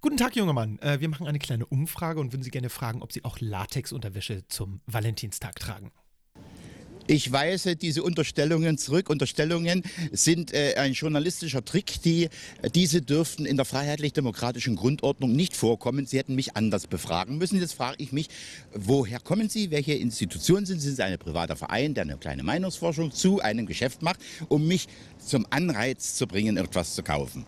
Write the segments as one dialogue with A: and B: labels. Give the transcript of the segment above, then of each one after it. A: Guten Tag, junger Mann. Äh, wir machen eine kleine Umfrage und würden Sie gerne fragen, ob Sie auch Latexunterwäsche zum Valentinstag tragen.
B: Ich weise diese Unterstellungen zurück. Unterstellungen sind äh, ein journalistischer Trick. Die, diese dürften in der freiheitlich-demokratischen Grundordnung nicht vorkommen. Sie hätten mich anders befragen müssen. Jetzt frage ich mich, woher kommen Sie? Welche Institution sind Sie? Sind Sie ein privater Verein, der eine kleine Meinungsforschung zu einem Geschäft macht, um mich zum Anreiz zu bringen, etwas zu kaufen?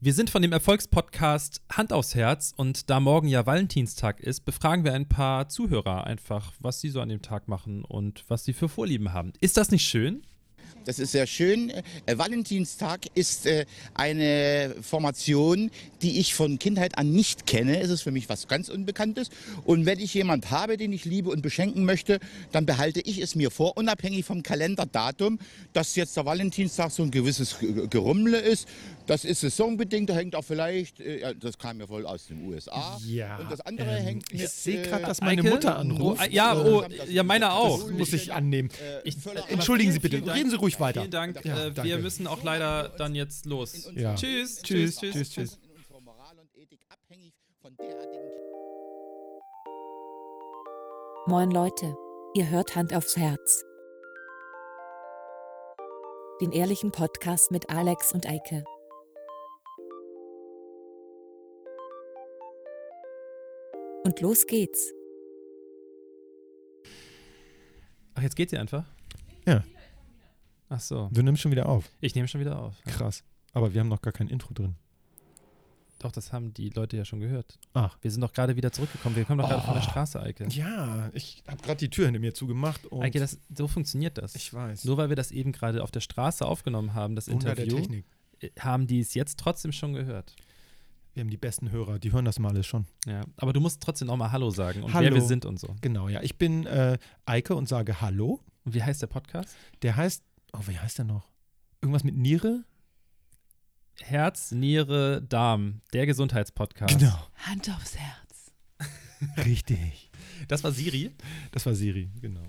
C: Wir sind von dem Erfolgspodcast Hand aufs Herz und da morgen ja Valentinstag ist, befragen wir ein paar Zuhörer einfach, was sie so an dem Tag machen und was sie für Vorlieben haben. Ist das nicht schön?
B: Das ist sehr schön. Äh, Valentinstag ist äh, eine Formation, die ich von Kindheit an nicht kenne. Es ist für mich was ganz Unbekanntes. Und wenn ich jemand habe, den ich liebe und beschenken möchte, dann behalte ich es mir vor, unabhängig vom Kalenderdatum, dass jetzt der Valentinstag so ein gewisses Ge- Gerummle ist. Das ist saisonbedingt, da hängt auch vielleicht, äh, ja, das kam ja wohl aus den USA.
A: Ja,
B: Und das andere
A: ähm,
B: hängt
A: ich
B: mit,
A: sehe
B: äh,
A: gerade, dass meine
C: Eike?
A: Mutter anruft. Ähm,
C: Oh, äh, ja, oh, ja, meine auch.
A: Das muss ich annehmen.
B: Äh,
A: Ich,
B: völlig-
A: entschuldigen Sie bitte,
C: Vielen Dank.
A: reden Sie ruhig weiter.
C: Vielen Dank.
A: Ja,
C: äh, wir
A: danke.
C: müssen auch leider dann jetzt los.
A: Ja.
C: Tschüss,
A: Tschüss,
C: tschüss, tschüss,
A: tschüss,
C: tschüss.
A: tschüss.
B: in unserer Moral und Ethik abhängig von derartigen
D: Moin Leute, ihr hört Hand aufs Herz. Den ehrlichen Podcast mit Alex und Eike. Und los geht's.
C: Ach, jetzt geht sie einfach?
A: Ja.
C: Ach so.
A: Du nimmst schon wieder auf.
C: Ich nehme schon wieder auf.
A: Krass. Aber wir haben noch gar kein Intro drin.
C: Doch, das haben die Leute ja schon gehört.
A: Ach.
C: Wir sind doch gerade wieder zurückgekommen. Wir kommen doch gerade von der Straße, Eike.
A: Ja, Oh. ich habe gerade die Tür hinter mir zugemacht und
C: Eike, das, so funktioniert das.
A: ich weiß.
C: Nur weil wir das eben gerade auf der Straße aufgenommen haben, das
A: Wunder der
C: Interview,
A: Technik.
C: äh, haben die es jetzt trotzdem schon gehört.
A: Wir haben die besten Hörer, die hören das mal alles schon.
C: Ja, aber du musst trotzdem auch mal Hallo sagen und
A: Hallo.
C: wer wir sind und so.
A: Genau, ja. Ich bin äh, Eike und sage Hallo.
C: Und wie heißt der Podcast?
A: Der heißt, oh, wie heißt der noch? Irgendwas mit Niere?
C: Herz, Niere, Darm, der Gesundheitspodcast.
A: Genau.
E: Hand aufs Herz.
A: Richtig.
C: Das war Siri.
A: Das war Siri, genau.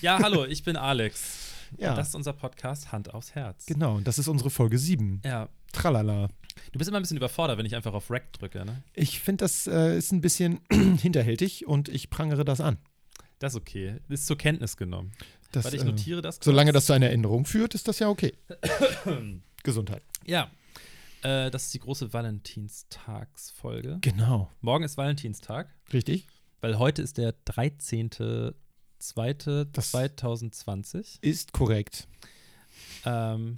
C: Ja, hallo, ich bin Alex.
A: Ja,
C: Und das ist unser Podcast Hand aufs Herz.
A: genau. Und das ist unsere Folge 7.
C: Ja,
A: Tralala.
C: du bist immer ein bisschen überfordert, wenn ich einfach auf Rack drücke, ne?
A: Ich finde, das äh, ist ein bisschen hinterhältig und ich prangere das an.
C: Das ist okay. Ist zur Kenntnis genommen.
A: Das,
C: Warte, ich
A: äh,
C: notiere das. kurz.
A: Solange das zu einer Änderung führt, ist das ja okay. Gesundheit.
C: Ja. Äh, das ist die große Valentinstagsfolge.
A: Genau.
C: Morgen ist Valentinstag,
A: Richtig?
C: weil heute ist der 13.
A: Das-
C: 2020.
A: Ist korrekt.
C: Ähm,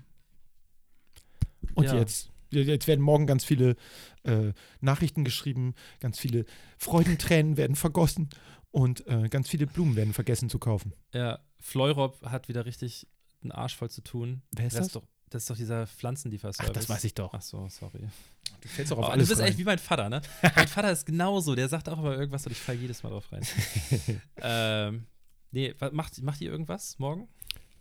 A: Und
C: Ja.
A: jetzt? Jetzt werden morgen ganz viele äh, Nachrichten geschrieben, ganz viele Freudentränen werden vergossen und äh, ganz viele Blumen werden vergessen zu kaufen.
C: ja, Fleurop hat wieder richtig einen Arsch voll zu tun.
A: Wer ist
C: das?
A: das?
C: Ist doch, das ist doch dieser Pflanzenlieferservice.
A: Ach, das weiß ich doch.
C: Ach so, sorry.
A: Du fällst doch auf
C: Oh,
A: alles
C: du bist
A: rein.
C: echt wie mein Vater, ne? mein Vater ist genauso, der sagt auch immer irgendwas und ich falle jedes Mal drauf rein. ähm, nee, wa- macht, macht ihr irgendwas morgen?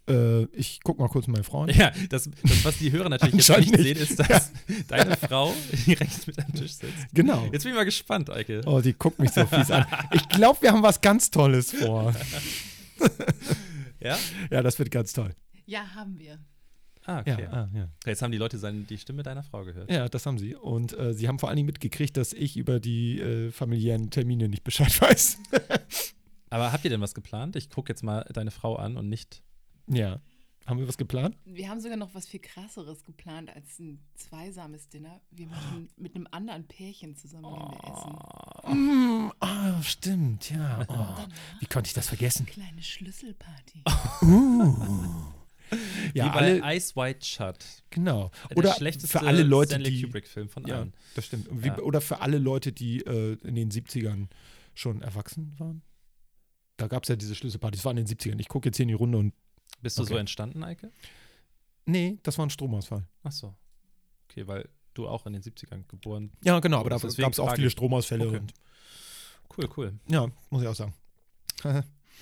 A: äh, ich guck mal kurz meine Frau an.
C: Ja, das, das was die Hörer natürlich jetzt
A: Anscheinend
C: nicht
A: nicht.
C: sehen, ist, dass deine Frau direkt mit am Tisch sitzt.
A: Genau.
C: Jetzt bin ich mal gespannt, Eike.
A: Oh, die guckt mich so fies an. Ich glaube, wir haben was ganz Tolles vor.
C: Ja?
A: Ja, das wird ganz toll.
E: Ja, haben wir.
C: Ah,
A: Ja,
C: okay.
A: ah, ja.
C: Jetzt haben die Leute seine, die Stimme deiner Frau gehört.
A: ja, das haben sie. Und äh, sie haben vor allen Dingen mitgekriegt, dass ich über die äh, familiären Termine nicht Bescheid weiß.
C: Aber habt ihr denn was geplant? Ich gucke jetzt mal deine Frau an und nicht.
A: ja. Haben wir was geplant?
E: Wir haben sogar noch was viel krasseres geplant als ein zweisames Dinner. Wir machen mit einem anderen Pärchen zusammen gehen wir essen.
C: Mm,
A: Ah, stimmt, ja. Oh, wie konnte ich das vergessen?
E: Kleine Schlüsselparty.
A: Ja,
C: Uh. Wie bei
A: alle,
C: Ice White Shut.
A: genau.
C: Der
A: Oder
C: schlechteste
A: für alle Leute,
C: Stanley
A: die.
C: Kubrick-Film von
A: Ja,
C: allen.
A: das stimmt. Wie,
C: Ja.
A: Oder für alle Leute, die äh, in den 70ern schon erwachsen waren. Da gab es ja diese Schlüsselpartys. Das war in den 70ern. Ich gucke jetzt hier in die Runde und.
C: Bist du so
A: Okay.
C: entstanden, Eike?
A: Nee, das war ein Stromausfall.
C: Ach so. Okay, weil du auch in den 70ern geboren.
A: Ja, genau, aber da
C: Das ist deswegen
A: gab es auch
C: frage
A: viele
C: ich.
A: Stromausfälle.
C: Okay.
A: Und,
C: Cool, cool.
A: ja, muss ich auch sagen.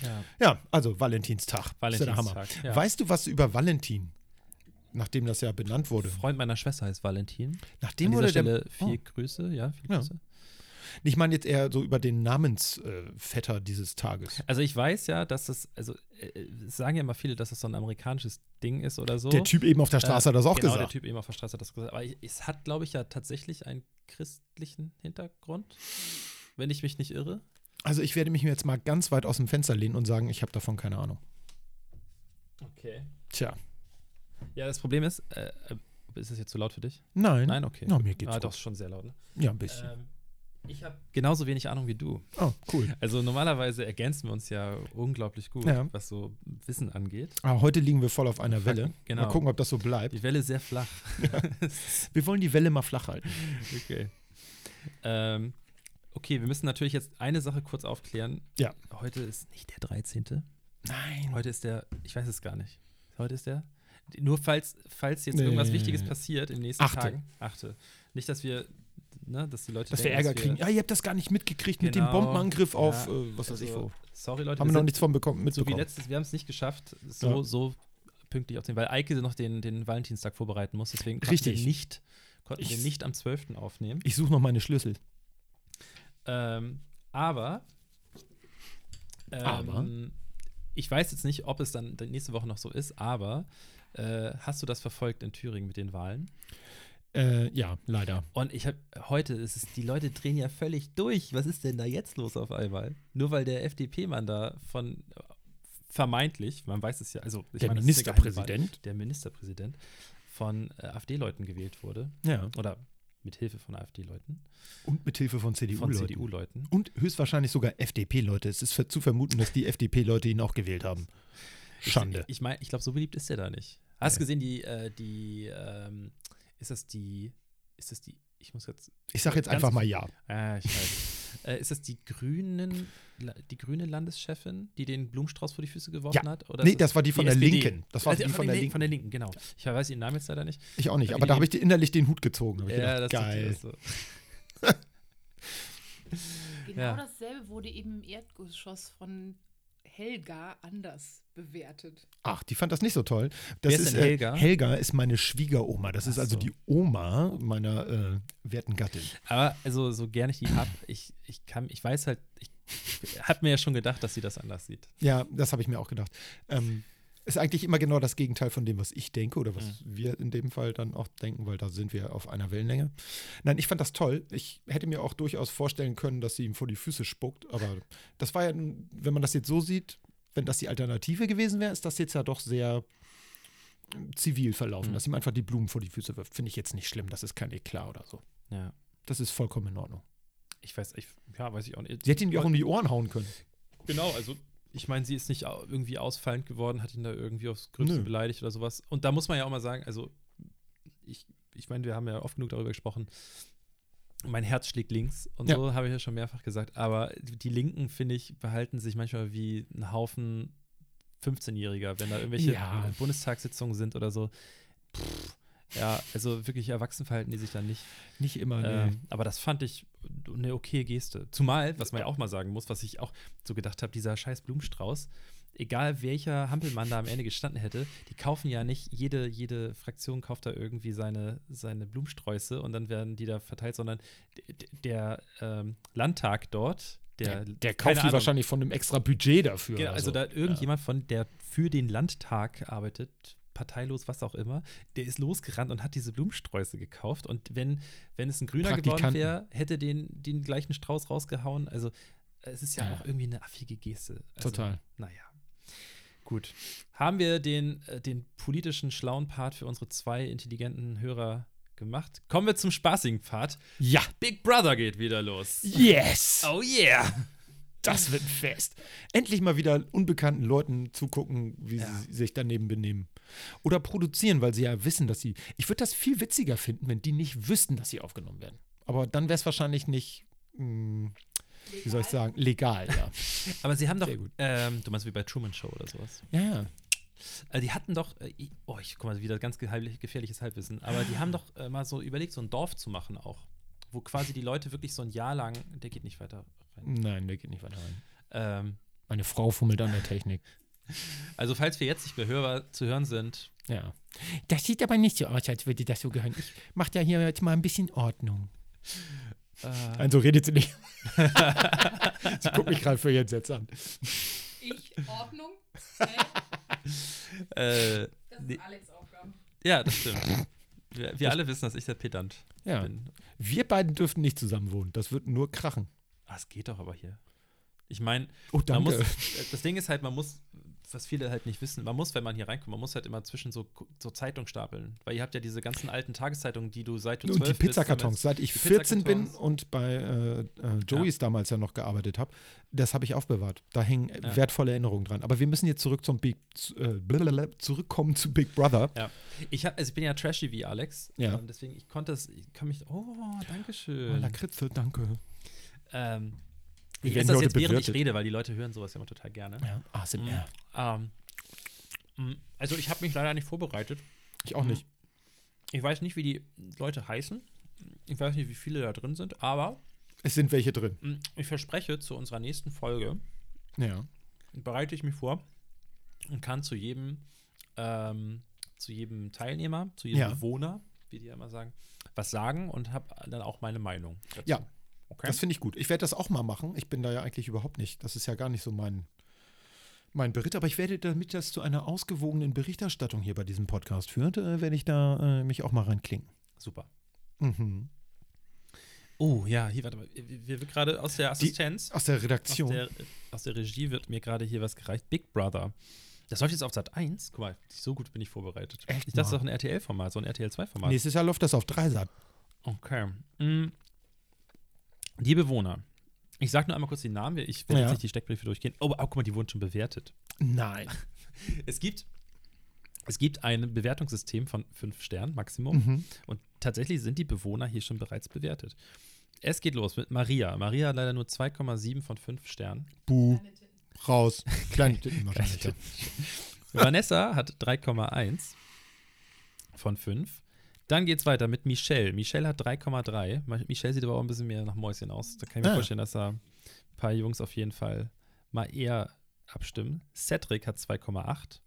C: Ja,
A: ja, also Valentinstag. Ist ja der Hammer.
C: Valentinstag. Ja.
A: Weißt du was über Valentin? Nachdem das ja benannt wurde.
C: Freund meiner Schwester heißt Valentin.
A: Nachdem
C: An dieser
A: wurde der, Oh.
C: Stelle viel Grüße, ja, viel
A: Ja.
C: Grüße.
A: Ich meine jetzt eher so über den Namensvetter äh, Vetter dieses Tages.
C: Also ich weiß ja, dass das, also äh, es sagen ja immer viele, dass das so ein amerikanisches Ding ist oder so.
A: Der Typ eben auf der Straße
C: Äh,
A: hat das auch
C: genau, der
A: gesagt.
C: Typ eben auf der Straße hat das gesagt. Aber ich, es hat, glaube ich, ja tatsächlich einen christlichen Hintergrund, wenn ich mich nicht irre.
A: Also ich werde mich jetzt mal ganz weit aus dem Fenster lehnen und sagen, ich habe davon keine Ahnung.
C: Okay.
A: Tja.
C: Ja, das Problem ist, äh, äh, ist das jetzt zu laut für dich?
A: Nein.
C: Nein, okay.
A: Na, mir geht's
C: ah,
A: gut.
C: doch schon sehr laut. Ne?
A: Ja, ein bisschen.
C: Ähm, ich habe genauso wenig Ahnung wie du.
A: oh, cool.
C: Also normalerweise ergänzen wir uns ja unglaublich gut,
A: Ja.
C: was so Wissen angeht.
A: Aber Ah, heute liegen wir voll auf einer Welle.
C: Genau.
A: Mal gucken, ob das so bleibt.
C: Die Welle ist sehr flach.
A: Wir wollen die Welle mal flach halten.
C: okay. Ähm, okay, wir müssen natürlich jetzt eine Sache kurz aufklären.
A: Ja.
C: Heute ist nicht der 13.
A: Nein.
C: Heute ist der, ich weiß es gar nicht. Heute ist der. Nur falls, falls jetzt
A: Nee.
C: irgendwas Wichtiges passiert in den nächsten
A: Achte.
C: Tagen. Achte. Nicht, dass wir, ne, dass die Leute.
A: Dass wir
C: denken,
A: Ärger kriegen. Ja, ihr habt das gar nicht mitgekriegt mit dem
C: Genau.
A: Bombenangriff auf,
C: Ja,
A: äh, was weiß ich wo.
C: also, Sorry, Leute.
A: Haben wir
C: wir
A: noch
C: sind-
A: nichts von bekommen,
C: So wie
A: mitbekommen.
C: letztes, wir haben es nicht geschafft, so,
A: Ja.
C: so pünktlich auf den, weil Eike noch den, den Valentinstag vorbereiten muss, deswegen konnten
A: Richtig.
C: wir nicht, konnten wir
A: Ich-
C: nicht am 12. aufnehmen.
A: ich suche noch meine Schlüssel.
C: Ähm, aber, ähm,
A: Aber?
C: ich weiß jetzt nicht, ob es dann die nächste Woche noch so ist, aber äh, hast du das verfolgt in Thüringen mit den Wahlen?
A: Äh, ja, leider.
C: Und ich habe heute, ist es, die Leute drehen ja völlig durch. Was ist denn da jetzt los auf einmal? Nur weil der FDP-Mann da von vermeintlich, man weiß es ja, also ich
A: Der
C: meine, das ist eine Geheimwahl.
A: Ministerpräsident?
C: der Ministerpräsident von äh, AfD-Leuten gewählt wurde
A: Ja.
C: oder mit Hilfe von AfD-Leuten,
A: Und mit Hilfe von
C: von
A: CDU-Leuten.
C: CDU-Leuten.
A: Und höchstwahrscheinlich sogar FDP-Leute. Es ist ver- zu vermuten, dass die FDP-Leute ihn auch gewählt haben. Schande.
C: Ich, ich meine, ich glaube, so beliebt ist er da nicht. Hast du gesehen, die, äh, die, ähm, ist das die, ist das die, ich muss jetzt,
A: Ich sage jetzt
C: Ganz-
A: einfach mal ja.
C: ah, ich weiß. äh, ist das die Grünen, die grüne Landeschefin, die den Blumenstrauß vor die Füße geworfen
A: Ja.
C: hat? Oder
A: nee,
C: ist es
A: das war die von der
C: SPD?
A: Linken. Das war
C: Also
A: die von der Linken.
C: Von der Linken, genau. Ich weiß ihren Namen jetzt leider nicht.
A: Ich auch nicht,
C: Von
A: aber da
C: der
A: habe ich dir innerlich den Hut gezogen. Hab ich gedacht,
C: dachte ich
A: geil.
C: auch so.
E: Genau
C: Ja.
E: dasselbe wurde eben im Erdgeschoss von Helga anders bewertet.
A: Ach, die fand das nicht so toll. Das
C: Wer ist denn Helga?
A: Äh, Helga ist meine Schwiegeroma. Das ist
C: Ach
A: also
C: so.
A: die Oma meiner äh, werten Gattin.
C: Aber also so gerne ich die hab, ich, ich kann, ich weiß halt, ich hab mir ja schon gedacht, dass sie das anders sieht.
A: Ja, das habe ich mir auch gedacht. Ähm, ist eigentlich immer genau das Gegenteil von dem, was ich denke oder was
C: Mhm.
A: wir in dem Fall dann auch denken, weil da sind wir auf einer Wellenlänge. Nein, ich fand das toll. Ich hätte mir auch durchaus vorstellen können, dass sie ihm vor die Füße spuckt, aber das war ja, nun- wenn man das jetzt so sieht, wenn das die Alternative gewesen wäre, ist das jetzt ja doch sehr ähm, zivil verlaufen,
C: Mhm.
A: dass ihm einfach die Blumen vor die Füße wirft. Finde ich jetzt nicht schlimm, das ist kein Eklat oder so.
C: Ja.
A: Das ist vollkommen in Ordnung.
C: Ich weiß, ich, ja, weiß ich auch nicht.
A: Sie hätte ihn ja auch um die Ohren hauen können.
C: Genau, also ich meine, sie ist nicht au- irgendwie ausfallend geworden, hat ihn da irgendwie aufs Gröbste
A: Nö.
C: beleidigt oder sowas. Und da muss man ja auch mal sagen, also ich, ich meine, wir haben ja oft genug darüber gesprochen. Mein Herz schlägt links und
A: Ja.
C: so habe ich ja schon mehrfach gesagt. Aber die Linken, finde ich, behalten sich manchmal wie ein Haufen 15-Jähriger, wenn da irgendwelche
A: Ja.
C: äh, Bundestagssitzungen sind oder so. Pff, ja, also wirklich erwachsen verhalten die sich dann nicht.
A: Nicht immer. nee.
C: Ähm, aber das fand ich eine okay Geste. Zumal, was man ja auch mal sagen muss, was ich auch so gedacht habe, dieser scheiß Blumenstrauß, egal welcher Hampelmann da am Ende gestanden hätte, die kaufen ja nicht, jede, jede Fraktion kauft da irgendwie seine, seine Blumensträuße und dann werden die da verteilt, sondern d- d- der ähm, Landtag dort, der,
A: Der, der
C: keine
A: kauft die
C: Ahnung.
A: wahrscheinlich von einem extra Budget dafür.
C: Genau,
A: oder
C: also
A: so.
C: da irgendjemand von, der für den Landtag arbeitet, parteilos, was auch immer, der ist losgerannt und hat diese Blumensträuße gekauft. Und wenn, wenn es ein Grüner geworden
A: Praktikanten.
C: wäre, hätte den, den gleichen Strauß rausgehauen. Also es ist ja,
A: Ja.
C: auch irgendwie eine affige Geste. Also,
A: Total.
C: Naja. Gut. Haben wir den, äh, den politischen schlauen Part für unsere zwei intelligenten Hörer gemacht? Kommen wir zum spaßigen Part.
A: Ja.
C: Big Brother geht wieder los.
A: Yes!
C: Oh yeah!
A: Das wird ein Fest. Endlich mal wieder unbekannten Leuten zugucken, wie sie sich daneben benehmen. Oder produzieren, weil sie ja wissen, dass sie. Ich würde das viel witziger finden, wenn die nicht wüssten, dass sie aufgenommen werden. Aber dann wäre es wahrscheinlich nicht, mh, wie soll ich sagen, legal, ja.
C: Aber sie haben doch,
A: Sehr gut.
C: ähm, du meinst wie bei Truman Show oder sowas?
A: ja, ja.
C: Also die hatten doch, äh, i- oh, ich guck mal, wieder ganz geheimlich- gefährliches Halbwissen, aber die haben doch äh, mal so überlegt, so ein Dorf zu machen auch, wo quasi die Leute wirklich so ein Jahr lang, der geht nicht weiter rein.
A: Nein, der geht nicht weiter rein.
C: Ähm,
A: Meine Frau fummelt an der Technik.
C: also falls wir jetzt nicht mehr hörbar zu hören sind,
A: Ja. Das sieht aber nicht so aus, als würde das so gehören. Ich mache ja hier jetzt mal ein bisschen Ordnung.
C: äh,
A: Nein, so redet sie nicht. sie guckt mich gerade für jetzt jetzt an.
E: Ich, Ordnung, Hä?
C: äh,
E: das
C: Nee.
E: ist Alex Aufgabe.
C: ja, äh, das stimmt. Wir, wir alle wissen, dass ich der Pedant
A: Ja.
C: bin.
A: Wir beiden dürften nicht zusammen wohnen. Das wird nur krachen.
C: Ah, es geht doch aber hier. Ich meine,
A: Oh,
C: man muss,
A: danke.
C: das Ding ist halt, man muss, was viele halt nicht wissen, man muss, wenn man hier reinkommt, man muss halt immer zwischen so, so Zeitungsstapeln, weil ihr habt ja diese ganzen alten Tageszeitungen, die du seit du
A: Und die
C: 12 bist,
A: Pizzakartons. Seit ich
C: Die
A: 14 bin
C: Pizzakartons.
A: und bei äh, äh, Joey's damals ja noch gearbeitet habe, das habe ich aufbewahrt. Da hängen äh,
C: Ja.
A: wertvolle Erinnerungen dran. Aber wir müssen jetzt zurück zum Big, zu, äh, blablabla, zurückkommen zu Big Brother.
C: Ja. Ich, hab, also ich bin ja trashy wie Alex.
A: Ja.
C: Ähm, deswegen, ich konnte es, ich kann mich. Oh, danke
A: Oh,
C: schön.
A: Lakritze, danke.
C: Ähm,
A: Wir
C: ich
A: werden
C: esse das
A: Leute
C: jetzt, während
A: bewirtet.
C: ich rede, weil die Leute hören sowas ja immer total gerne.
A: Ja, ASMR.
C: Ähm, mh, also ich habe mich leider nicht vorbereitet.
A: Ich auch nicht.
C: Ich weiß nicht, wie die Leute heißen. Ich weiß nicht, wie viele da drin sind, aber
A: Es sind welche drin.
C: mh, ich verspreche, zu unserer nächsten Folge
A: Ja.
C: bereite ich mich vor und kann zu jedem, ähm, zu jedem Teilnehmer, zu jedem
A: Ja.
C: Bewohner, wie die ja immer sagen, was sagen und habe dann auch meine Meinung. Dazu.
A: Ja.
C: Okay.
A: Das finde ich gut. Ich werde das auch mal machen. Ich bin da ja eigentlich überhaupt nicht. Das ist ja gar nicht so mein, mein Bericht. Aber ich werde, damit das zu einer ausgewogenen Berichterstattung hier bei diesem Podcast führt, äh, werde ich da äh, mich auch mal reinklinken.
C: Super.
A: Mhm.
C: Oh ja, hier, warte mal. Wir wir wird gerade aus der Assistenz,
A: Aus der
C: aus
A: Redaktion.
C: der, aus der Regie wird mir gerade hier was gereicht. Big Brother. Das läuft jetzt auf Sat 1. Guck mal, so gut bin ich vorbereitet.
A: Echt
C: ich dachte, das ist
A: mal?
C: auch ein RTL-Format, so ein RTL-2-Format.
A: Nächstes Jahr läuft das auf Dreisat.
C: Okay. Mm. Die Bewohner. Ich sag nur einmal kurz die Namen. Ich werde
A: Ja.
C: jetzt nicht die Steckbriefe durchgehen. Oh, aber- oh, guck mal, die wurden schon bewertet.
A: Nein.
C: Es gibt, es gibt ein Bewertungssystem von fünf Sternen Maximum. Und tatsächlich sind die Bewohner hier schon bereits bewertet. Es geht los mit Maria. Maria hat leider nur 2,7 von 5 Sternen.
A: Buh. Raus. Kleine Titten wahrscheinlich. ja.
C: Vanessa hat 3,1 von 5. Dann geht's weiter mit Michelle. Michelle hat 3,3. Ma- Michelle sieht aber auch ein bisschen mehr nach Mäuschen aus. Da kann ich mir
A: Ah.
C: vorstellen, dass da ein paar Jungs auf jeden Fall mal eher abstimmen. Cedric hat 2,8.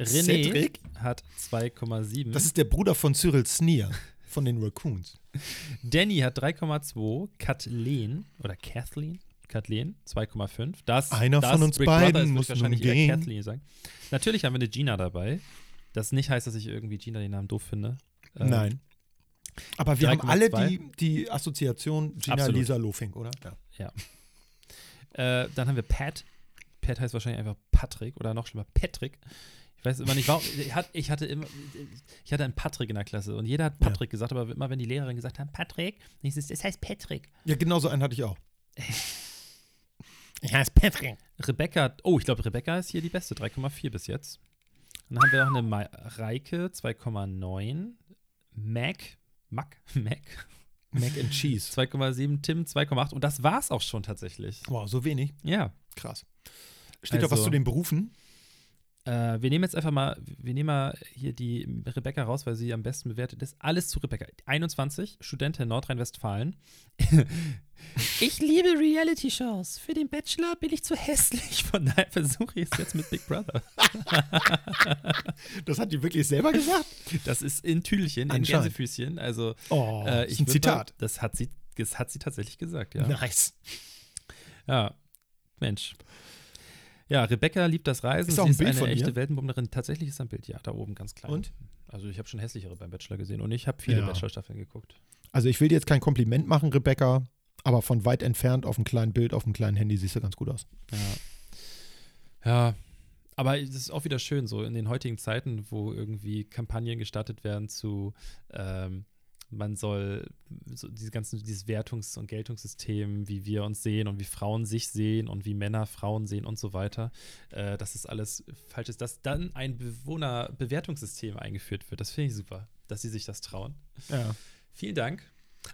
C: René
A: Cedric?
C: hat 2,7.
A: Das ist der Bruder von Cyril Sneer von den Raccoons.
C: Danny hat 3,2, Kathleen oder Kathleen, Kathleen 2,5. Das
A: Einer
C: das
A: von uns
C: Big Brother
A: beiden
C: ist, würd ich
A: muss nun
C: wahrscheinlich eher
A: gehen.
C: Kathleen sagen. Natürlich haben wir eine Gina dabei. Das nicht heißt, dass ich irgendwie Gina den Namen doof finde. Ähm,
A: Nein. Aber wir haben alle
C: 3,2.
A: die, die Assoziation Gina
C: Absolut.
A: Lisa Lofink, oder? Ja.
C: Äh, dann haben wir Pat. Pat heißt wahrscheinlich einfach Patrick oder noch schlimmer Patrick. Ich weiß immer nicht, warum. Ich hat- Ich hatte immer, ich hatte einen Patrick in der Klasse und jeder hat
A: Ja.
C: Patrick gesagt, aber immer wenn die Lehrerin gesagt hat, Patrick, und ich so, das heißt Patrick.
A: ja, genau so einen hatte ich auch.
C: Ich heiße Patrick. Rebecca, oh, ich glaube, Rebecca ist hier die beste, 3,4 bis jetzt. Dann haben wir noch eine Ma Reike, 2,9. Mac, Mac, Mac,
A: Mac and Cheese.
C: 2,7. Tim, 2,8. Und das war's auch schon tatsächlich.
A: Wow, so wenig.
C: Ja.
A: Krass. Steht da was
C: Also-
A: zu den Berufen?
C: Äh, wir nehmen jetzt einfach mal, wir nehmen mal hier die Rebecca raus, weil sie am besten bewertet ist. Alles zu Rebecca. 21, Studentin Nordrhein-Westfalen. ich liebe Reality-Shows. Für den Bachelor bin ich zu hässlich. Von daher versuche ich es jetzt mit Big Brother.
A: Das hat die wirklich selber gesagt?
C: Das ist in Tüdelchen, in
A: Anscheinend.
C: Gänsefüßchen. Also,
A: Oh,
C: äh,
A: das
C: ich
A: ist ein
C: würd
A: Zitat.
C: Mal, das, hat sie, das hat sie tatsächlich gesagt, ja.
A: Nice.
C: ja. Mensch. Ja, Rebecca liebt das Reisen.
A: Ist auch
C: sie
A: ein
C: ist
A: Bild
C: eine
A: von ihr?
C: echte Weltenbummlerin. Tatsächlich ist da ein Bild, ja, da oben ganz klein.
A: Und?
C: Also, ich habe schon hässlichere beim Bachelor gesehen und ich habe viele
A: Ja.
C: Bachelor-Staffeln geguckt.
A: Also ich will dir jetzt kein Kompliment machen, Rebecca, aber von weit entfernt auf einem kleinen Bild, auf einem kleinen Handy siehst du ganz gut aus.
C: Ja. ja. Aber es ist auch wieder schön, so in den heutigen Zeiten, wo irgendwie Kampagnen gestartet werden zu, ähm, man soll so diese ganzen, dieses Wertungs- und Geltungssystem, wie wir uns sehen und wie Frauen sich sehen und wie Männer Frauen sehen und so weiter, äh, dass das alles falsch ist, dass dann ein Bewohnerbewertungssystem eingeführt wird. Das finde ich super, dass sie sich das trauen.
A: Ja.
C: Vielen Dank.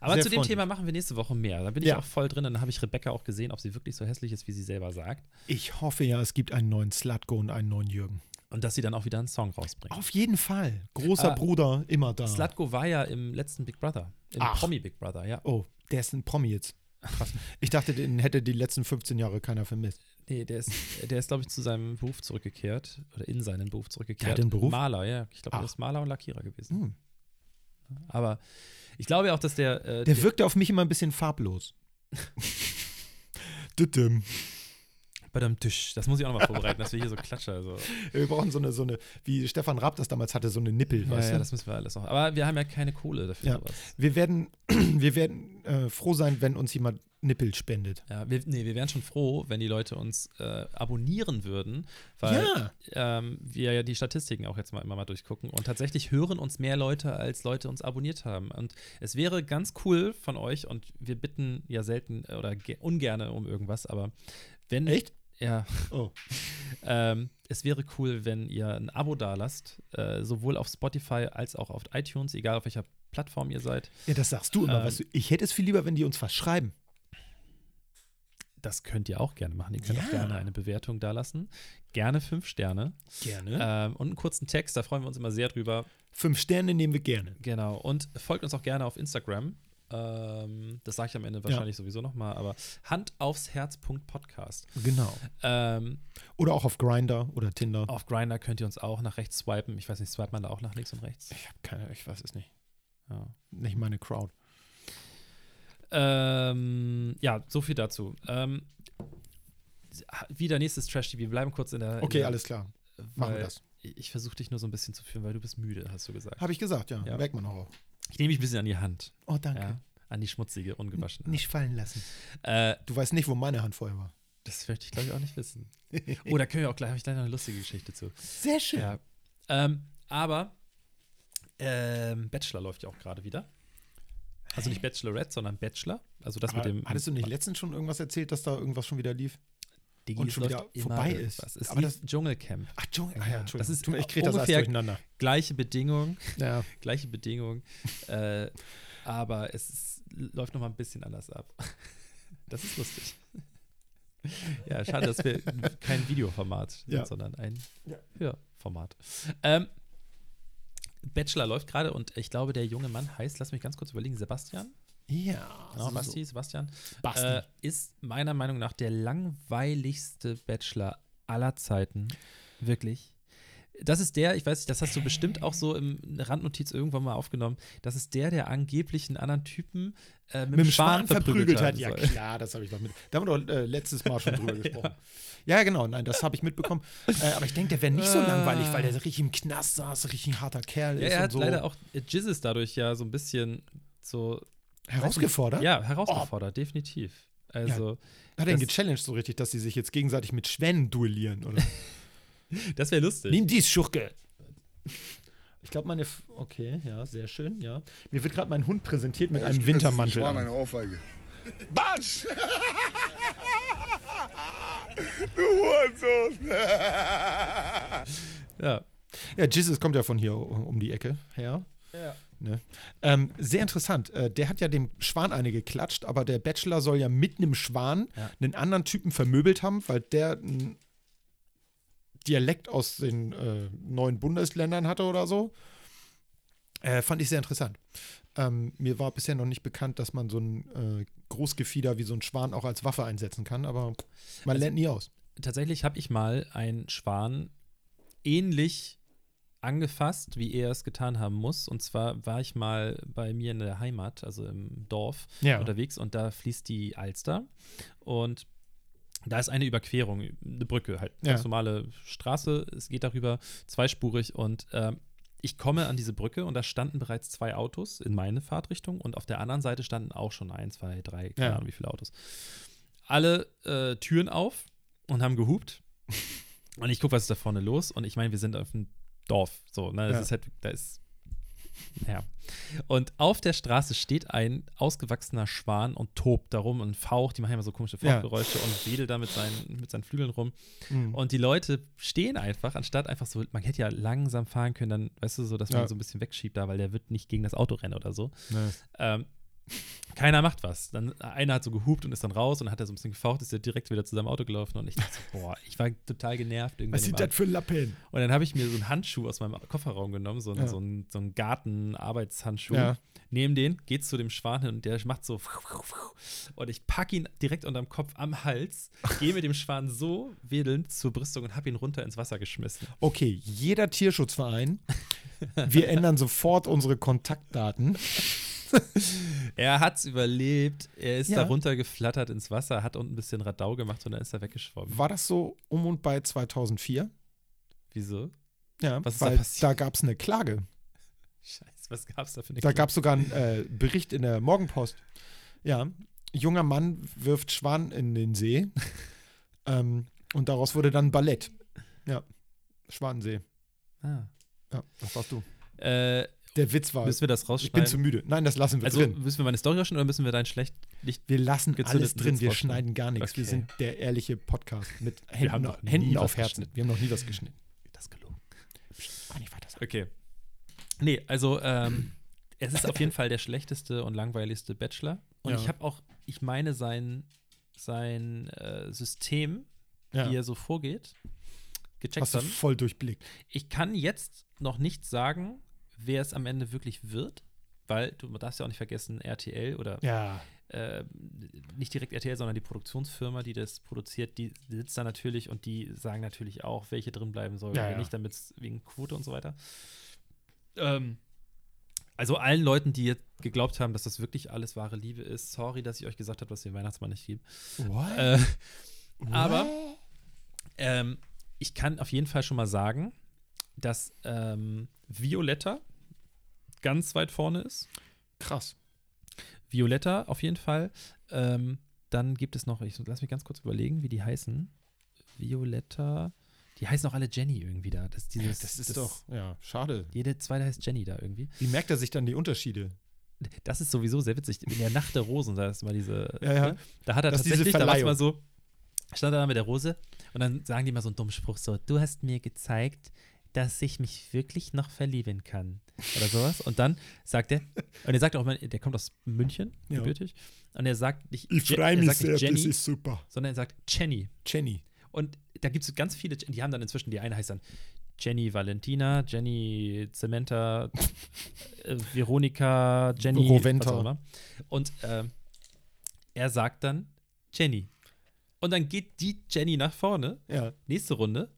C: Aber
A: Sehr
C: zu dem
A: freundlich.
C: Thema machen wir nächste Woche mehr. Da bin ich
A: Ja.
C: auch voll drin. Dann habe ich Rebecca auch gesehen, ob sie wirklich so hässlich ist, wie sie selber sagt.
A: Ich hoffe ja, es gibt einen neuen Slutko und einen neuen Jürgen.
C: Und dass sie dann auch wieder einen Song rausbringt.
A: Auf jeden Fall. Großer
C: Ah.
A: Bruder, immer da.
C: Slutko war ja im letzten Big Brother. Im
A: Ach.
C: Promi Big Brother, ja.
A: oh, der ist ein Promi jetzt. Krass. Ich dachte, den hätte die letzten 15 Jahre keiner vermisst.
C: Nee, der ist, der ist glaube ich, zu seinem Beruf zurückgekehrt. Oder in seinen Beruf zurückgekehrt.
A: Der hat einen Beruf?
C: Maler, ja. Ich glaube,
A: Ach.
C: er ist Maler und Lackierer gewesen.
A: Hm.
C: Aber ich glaube auch, dass der. Äh,
A: Der wirkte auf mich immer ein bisschen farblos. Dittim.
C: bei dem Tisch. Das muss ich auch nochmal vorbereiten, dass wir hier so klatschen. Also.
A: Wir brauchen so eine, so eine, wie Stefan Raab das damals hatte, so eine Nippel,
C: Ja,
A: weißt
C: ja,
A: du?
C: das müssen wir alles noch. Aber wir haben ja keine Kohle dafür.
A: Ja.
C: Sowas.
A: wir werden, wir werden äh, froh sein, wenn uns jemand Nippel spendet.
C: Ja, wir, nee, wir wären schon froh, wenn die Leute uns äh, abonnieren würden, weil
A: Ja.
C: ähm, wir ja die Statistiken auch jetzt mal immer mal durchgucken. Und tatsächlich hören uns mehr Leute, als Leute uns abonniert haben. Und es wäre ganz cool von euch, und wir bitten ja selten äh, oder ge- ungerne um irgendwas, aber wenn.
A: Echt?
C: Ja.
A: Oh.
C: Ähm, es wäre cool, wenn ihr ein Abo dalasst, äh, sowohl auf Spotify als auch auf iTunes, egal auf welcher Plattform ihr seid.
A: Ja, das sagst du immer,
C: Ähm.
A: weißt du. Ich hätte es viel lieber, wenn die uns was schreiben.
C: Das könnt ihr auch gerne machen. Ihr könnt auch
A: Ja.
C: gerne eine Bewertung dalassen. Gerne fünf Sterne.
A: Gerne.
C: Ähm, und einen kurzen Text, da freuen wir uns immer sehr drüber.
A: Äh, Fünf Sterne nehmen wir gerne.
C: Genau. Und folgt uns auch gerne auf Instagram. Ähm, das sage ich am Ende wahrscheinlich sowieso nochmal, aber handaufsherz.podcast.
A: Genau.
C: Ähm,
A: Oder auch auf Grinder oder Tinder.
C: auf Grinder könnt ihr uns auch nach rechts swipen. Ich weiß nicht, swipet man da auch nach links und rechts?
A: Ich habe keine, ich weiß es nicht.
C: Ja.
A: Nicht meine Crowd.
C: Ähm, ja, so viel dazu. Ähm, wieder nächstes Trash TV. Wir bleiben kurz in der. in
A: Okay,
C: der,
A: alles klar.
C: weil
A: Machen wir das.
C: Ich, ich versuche dich nur so ein bisschen zu führen, weil du bist müde, hast du gesagt.
A: Habe ich gesagt, ja.
C: Ja.
A: Merkt man auch.
C: Ich nehme mich ein bisschen an die Hand.
A: Oh, danke.
C: Ja, an die schmutzige, ungewaschene.
A: Nicht fallen lassen.
C: Hand. Äh,
A: Du weißt nicht, wo meine Hand vorher war.
C: das möchte ich, glaube ich, auch nicht wissen. oh, da können wir auch gleich, habe ich gleich noch eine lustige Geschichte zu.
A: Sehr schön.
C: Ja. Ähm, aber ähm, Bachelor läuft ja auch gerade wieder. Also nicht Bachelorette, sondern Bachelor. Also das
A: Aber
C: mit dem.
A: Ah, hattest du nicht letztens schon irgendwas erzählt, dass da irgendwas schon wieder lief?
C: Digi,
A: und
C: es
A: schon
C: läuft
A: wieder
C: immer
A: vorbei
C: irgendwas.
A: ist?
C: Es
A: Aber
C: aber
A: das-
C: das Dschungelcamp.
A: Ach, Entschuldigung. Ah,
C: Ja, das ist
A: Entschuldigung. ich krieg das alles
C: ungefähr-
A: durcheinander.
C: gleiche Bedingung,
A: Ja.
C: gleiche Bedingung, äh, aber es ist, läuft noch mal ein bisschen anders ab. Das ist lustig. Ja, schade, dass wir kein Videoformat sind,
A: Ja.
C: sondern ein
A: Ja.
C: Hörformat. Ähm, Bachelor läuft gerade und ich glaube, der junge Mann heißt, lass mich ganz kurz überlegen, Sebastian.
A: Ja.
C: Genau, Basti, Sebastian.
A: Basti.
C: Äh, ist meiner Meinung nach der langweiligste Bachelor aller Zeiten. Wirklich. Das ist der, ich weiß nicht, das hast du bestimmt auch so im in der Randnotiz irgendwann mal aufgenommen. Das ist der, der angeblich einen anderen Typen äh, mit,
A: mit dem Schwan verprügelt hat.
C: haben
A: Ja,
C: soll.
A: klar, das habe ich doch mit. Da haben wir doch äh, letztes Mal schon drüber gesprochen. Ja, genau, nein, das habe ich mitbekommen. Äh, aber ich denke, der wäre nicht so
C: Ah.
A: langweilig, weil der richtig im Knast saß, richtig ein harter Kerl
C: Ja,
A: ist
C: er
A: und
C: hat
A: so.
C: leider auch äh, Jizzes dadurch ja so ein bisschen so.
A: Herausgefordert?
C: Ja, herausgefordert, definitiv. Also,
A: Hat er ihn
C: Das-
A: gechallenged so richtig, dass sie sich jetzt gegenseitig mit Schwänen duellieren, oder?
C: das wäre lustig.
A: Nimm dies, Schurke! Ich glaube, meine. F okay, ja, sehr schön, ja. Mir wird gerade mein Hund präsentiert mit einem Wintermantel.
F: Das war
A: an.
F: meine Ohrfeige. Batsch! du Hurensohn!
C: Ja.
A: Ja, Jesus kommt ja von hier um die Ecke her. Ne? Ähm, sehr interessant. Äh, der hat ja dem Schwan eine geklatscht, aber der Bachelor soll ja mit einem Schwan
C: Ja.
A: einen anderen Typen vermöbelt haben, weil der einen Dialekt aus den äh, neuen Bundesländern hatte oder so. Äh, fand ich sehr interessant. Ähm, mir war bisher noch nicht bekannt, dass man so ein äh, Großgefieder wie so ein Schwan auch als Waffe einsetzen kann, aber man
C: Also
A: lernt nie aus.
C: tatsächlich habe ich mal einen Schwan ähnlich angefasst, wie er es getan haben muss. Und zwar war ich mal bei mir in der Heimat, also im Dorf,
A: Ja.
C: unterwegs und da fließt die Alster. Und da ist eine Überquerung, eine Brücke, halt
A: Ja.
C: ganz normale Straße. Es geht darüber zweispurig und ähm, ich komme an diese Brücke und da standen bereits zwei Autos in meine Fahrtrichtung und auf der anderen Seite standen auch schon ein, zwei, drei, keine
A: Ja.
C: Ahnung, wie viele Autos. Alle äh, Türen auf und haben gehupt. und ich gucke, was ist da vorne los. Und ich meine, wir sind auf dem Dorf. So, ne? Das
A: Ja.
C: ist halt, da ist. Ja. Und auf der Straße steht ein ausgewachsener Schwan und tobt darum und faucht. Die machen immer so komische
A: Ja.
C: Fauchgeräusche und wedelt da mit seinen, mit seinen Flügeln rum.
A: Mhm.
C: Und die Leute stehen einfach, anstatt einfach so, man hätte ja langsam fahren können, dann, weißt du, so, dass man
A: Ja.
C: so ein bisschen wegschiebt da, weil der wird nicht gegen das Auto rennen oder so.
A: Ne.
C: Ähm, keiner macht was. Dann einer hat so gehupt und ist dann raus und dann hat er so ein bisschen gefaucht, ist ja direkt wieder zu seinem Auto gelaufen und ich dachte so, boah, ich war total genervt. irgendwann
A: Was
C: im
A: sind
C: Abend.
A: das für Lappen?
C: Und dann habe ich mir so einen Handschuh aus meinem Kofferraum genommen, so, einen-
A: Ja.
C: so einen, so einen Garten-Arbeitshandschuh.
A: Ja.
C: Nehm den, geht zu dem Schwan hin und der macht so. Und ich packe ihn direkt unterm Kopf am Hals, gehe mit dem Schwan so wedelnd zur Brüstung und habe ihn runter ins Wasser geschmissen.
A: okay, jeder Tierschutzverein, wir ändern sofort unsere Kontaktdaten.
C: Er hat's überlebt. Er ist
A: Ja.
C: da runtergeflattert ins Wasser, hat unten ein bisschen Radau gemacht und dann ist er weggeschwommen.
A: War das so um und bei 2004?
C: Wieso?
A: Ja,
C: Was ist da
A: weil
C: passiert?
A: da gab es eine Klage.
C: Scheiße, was gab's da für eine
A: Da gab es sogar einen äh, Bericht in der Morgenpost. Ja, junger Mann wirft Schwan in den See ähm, und daraus wurde dann Ballett. Ja, Schwanensee.
C: Ah.
A: Ja, das warst du.
C: Äh,
A: Der Witz war,
C: müssen wir das
A: ich bin
C: rausschneiden?
A: zu müde. Nein, das lassen wir
C: also
A: drin.
C: müssen wir meine Story rausschneiden oder müssen wir dein schlecht Licht?
A: Wir lassen alles
C: Gezündeten
A: drin,
C: Witz
A: wir
C: rausschneiden.
A: schneiden gar nichts. Wir
C: Okay.
A: sind der ehrliche Podcast mit Händen,
C: haben noch nie
A: Händen
C: was
A: auf Herzen.
C: geschnitten.
A: Wir haben noch nie was geschnitten.
C: Das gelogen.
A: Kann ich weiter sagen.
C: Okay. Nee, also ähm, es ist auf jeden Fall der schlechteste und langweiligste Bachelor. Und
A: Ja.
C: ich habe auch, ich meine, sein, sein äh, System, wie
A: Ja.
C: er so vorgeht, gecheckt
A: Hast du
C: haben.
A: voll durchblickt.
C: Ich kann jetzt noch nicht sagen, wer es am Ende wirklich wird, weil du darfst ja auch nicht vergessen, RTL oder
A: Ja,
C: äh, nicht direkt RTL, sondern die Produktionsfirma, die das produziert, die sitzt da natürlich und die sagen natürlich auch, welche drin bleiben sollen
A: Ja,
C: oder
A: ja.
C: nicht, damit es wegen Quote und so weiter. Ähm, also allen Leuten, die jetzt geglaubt haben, dass das wirklich alles wahre Liebe ist, sorry, dass ich euch gesagt habe, dass wir den Weihnachtsmann nicht lieben.
A: What?
C: Äh, aber ähm, ich kann auf jeden Fall schon mal sagen, dass ähm, Violetta ganz weit vorne ist.
A: krass.
C: Violetta auf jeden Fall. Ähm, dann gibt es noch, ich lass mich ganz kurz überlegen, wie die heißen. Violetta. Die heißen auch alle Jenny irgendwie da. Das, ist dieses,
A: Das ist doch, ja, schade.
C: Jede zweite heißt Jenny da irgendwie.
A: Wie merkt er sich dann die Unterschiede?
C: Das ist sowieso sehr witzig. In der Nacht der Rosen, da ist mal diese.
A: Ja, ja.
C: Da hat er
A: Das ist diese
C: tatsächlich, da war es
A: Verleihung.
C: mal so, stand er da mit der Rose und dann sagen die mal so einen dummen Spruch so, du hast mir gezeigt, dass ich mich wirklich noch verlieben kann. Oder sowas. Und dann sagt er, und er sagt auch, mal, der kommt aus München,
A: Ja.
C: gebürtig, und er sagt nicht,
A: Ich
C: Je-
A: freue
C: er
A: mich
C: sagt
A: sehr,
C: nicht
A: das
C: Jenny,
A: ist super.
C: sondern er sagt Jenny.
A: Jenny.
C: Und da gibt es ganz viele, Jen- die haben dann inzwischen, die eine heißt dann Jenny Valentina, Jenny Zementa, äh, Veronika, Jenny
A: Roventa.
C: was auch immer. Und ähm, er sagt dann Jenny. Und dann geht die Jenny nach vorne,
A: Ja.
C: nächste Runde.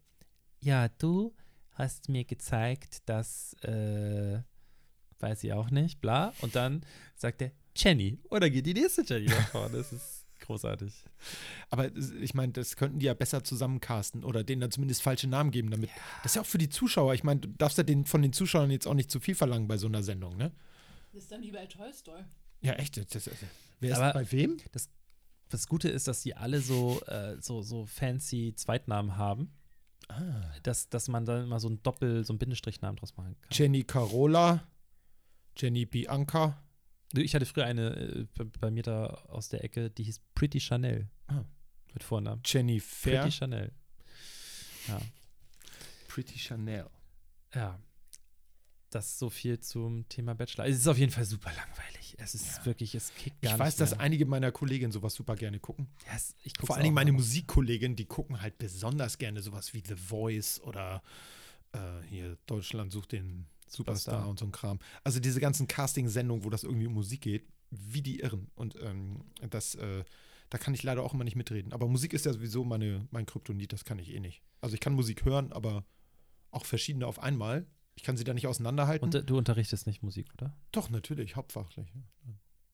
C: Ja, du hast mir gezeigt, dass, äh, weiß ich auch nicht, bla. Und dann sagt er Jenny. Und dann geht die nächste Jenny nach vorne. Das ist großartig.
A: Aber es- ich meine, das könnten die ja besser zusammencasten oder denen dann zumindest falsche Namen geben, damit. Das ist ja auch für die Zuschauer. Ich meine, du darfst ja den, von den Zuschauern jetzt auch nicht zu viel verlangen bei so einer Sendung, ne?
E: Das ist dann wie bei Tolstoi.
A: Ja, echt. Das, das, wer ist
C: Aber-
A: bei wem?
C: Das Gute ist, dass die alle so, äh, so, so fancy Zweitnamen haben,
A: Ah.
C: dass, dass man dann immer so ein Doppel-, so einen Bindestrichnamen draus machen kann.
A: Jenny Carola, Jenny Bianca.
C: Ich hatte früher eine äh, bei, bei mir da aus der Ecke, die hieß Pretty Chanel.
A: Ah.
C: Mit Vornamen.
A: Jenny Fair.
C: Pretty Chanel. Ja.
A: Pretty Chanel.
C: ja. Das so viel zum Thema Bachelor. Es ist auf jeden Fall super langweilig. Es ist wirklich, es kickt gar
A: Ich
C: nicht.
A: weiß, dass
C: mehr.
A: einige meiner Kolleginnen sowas super gerne gucken.
C: Ja, es- ich guck's
A: Vor allen Dingen
C: auch
A: meine
C: immer.
A: Musikkolleginnen, die gucken halt besonders gerne sowas wie The Voice oder äh, hier Deutschland sucht den Superstar,
C: Superstar.
A: und so ein Kram. Also diese ganzen Casting-Sendungen, wo das irgendwie um Musik geht, wie die irren. Und ähm, das, äh, da kann ich leider auch immer nicht mitreden. Aber Musik ist ja sowieso meine, mein Kryptonit, das kann ich eh nicht. Also ich kann Musik hören, aber auch verschiedene auf einmal. Ich kann sie da nicht auseinanderhalten.
C: Und äh, du unterrichtest nicht Musik, oder?
A: Doch, natürlich, hauptfachlich. ja.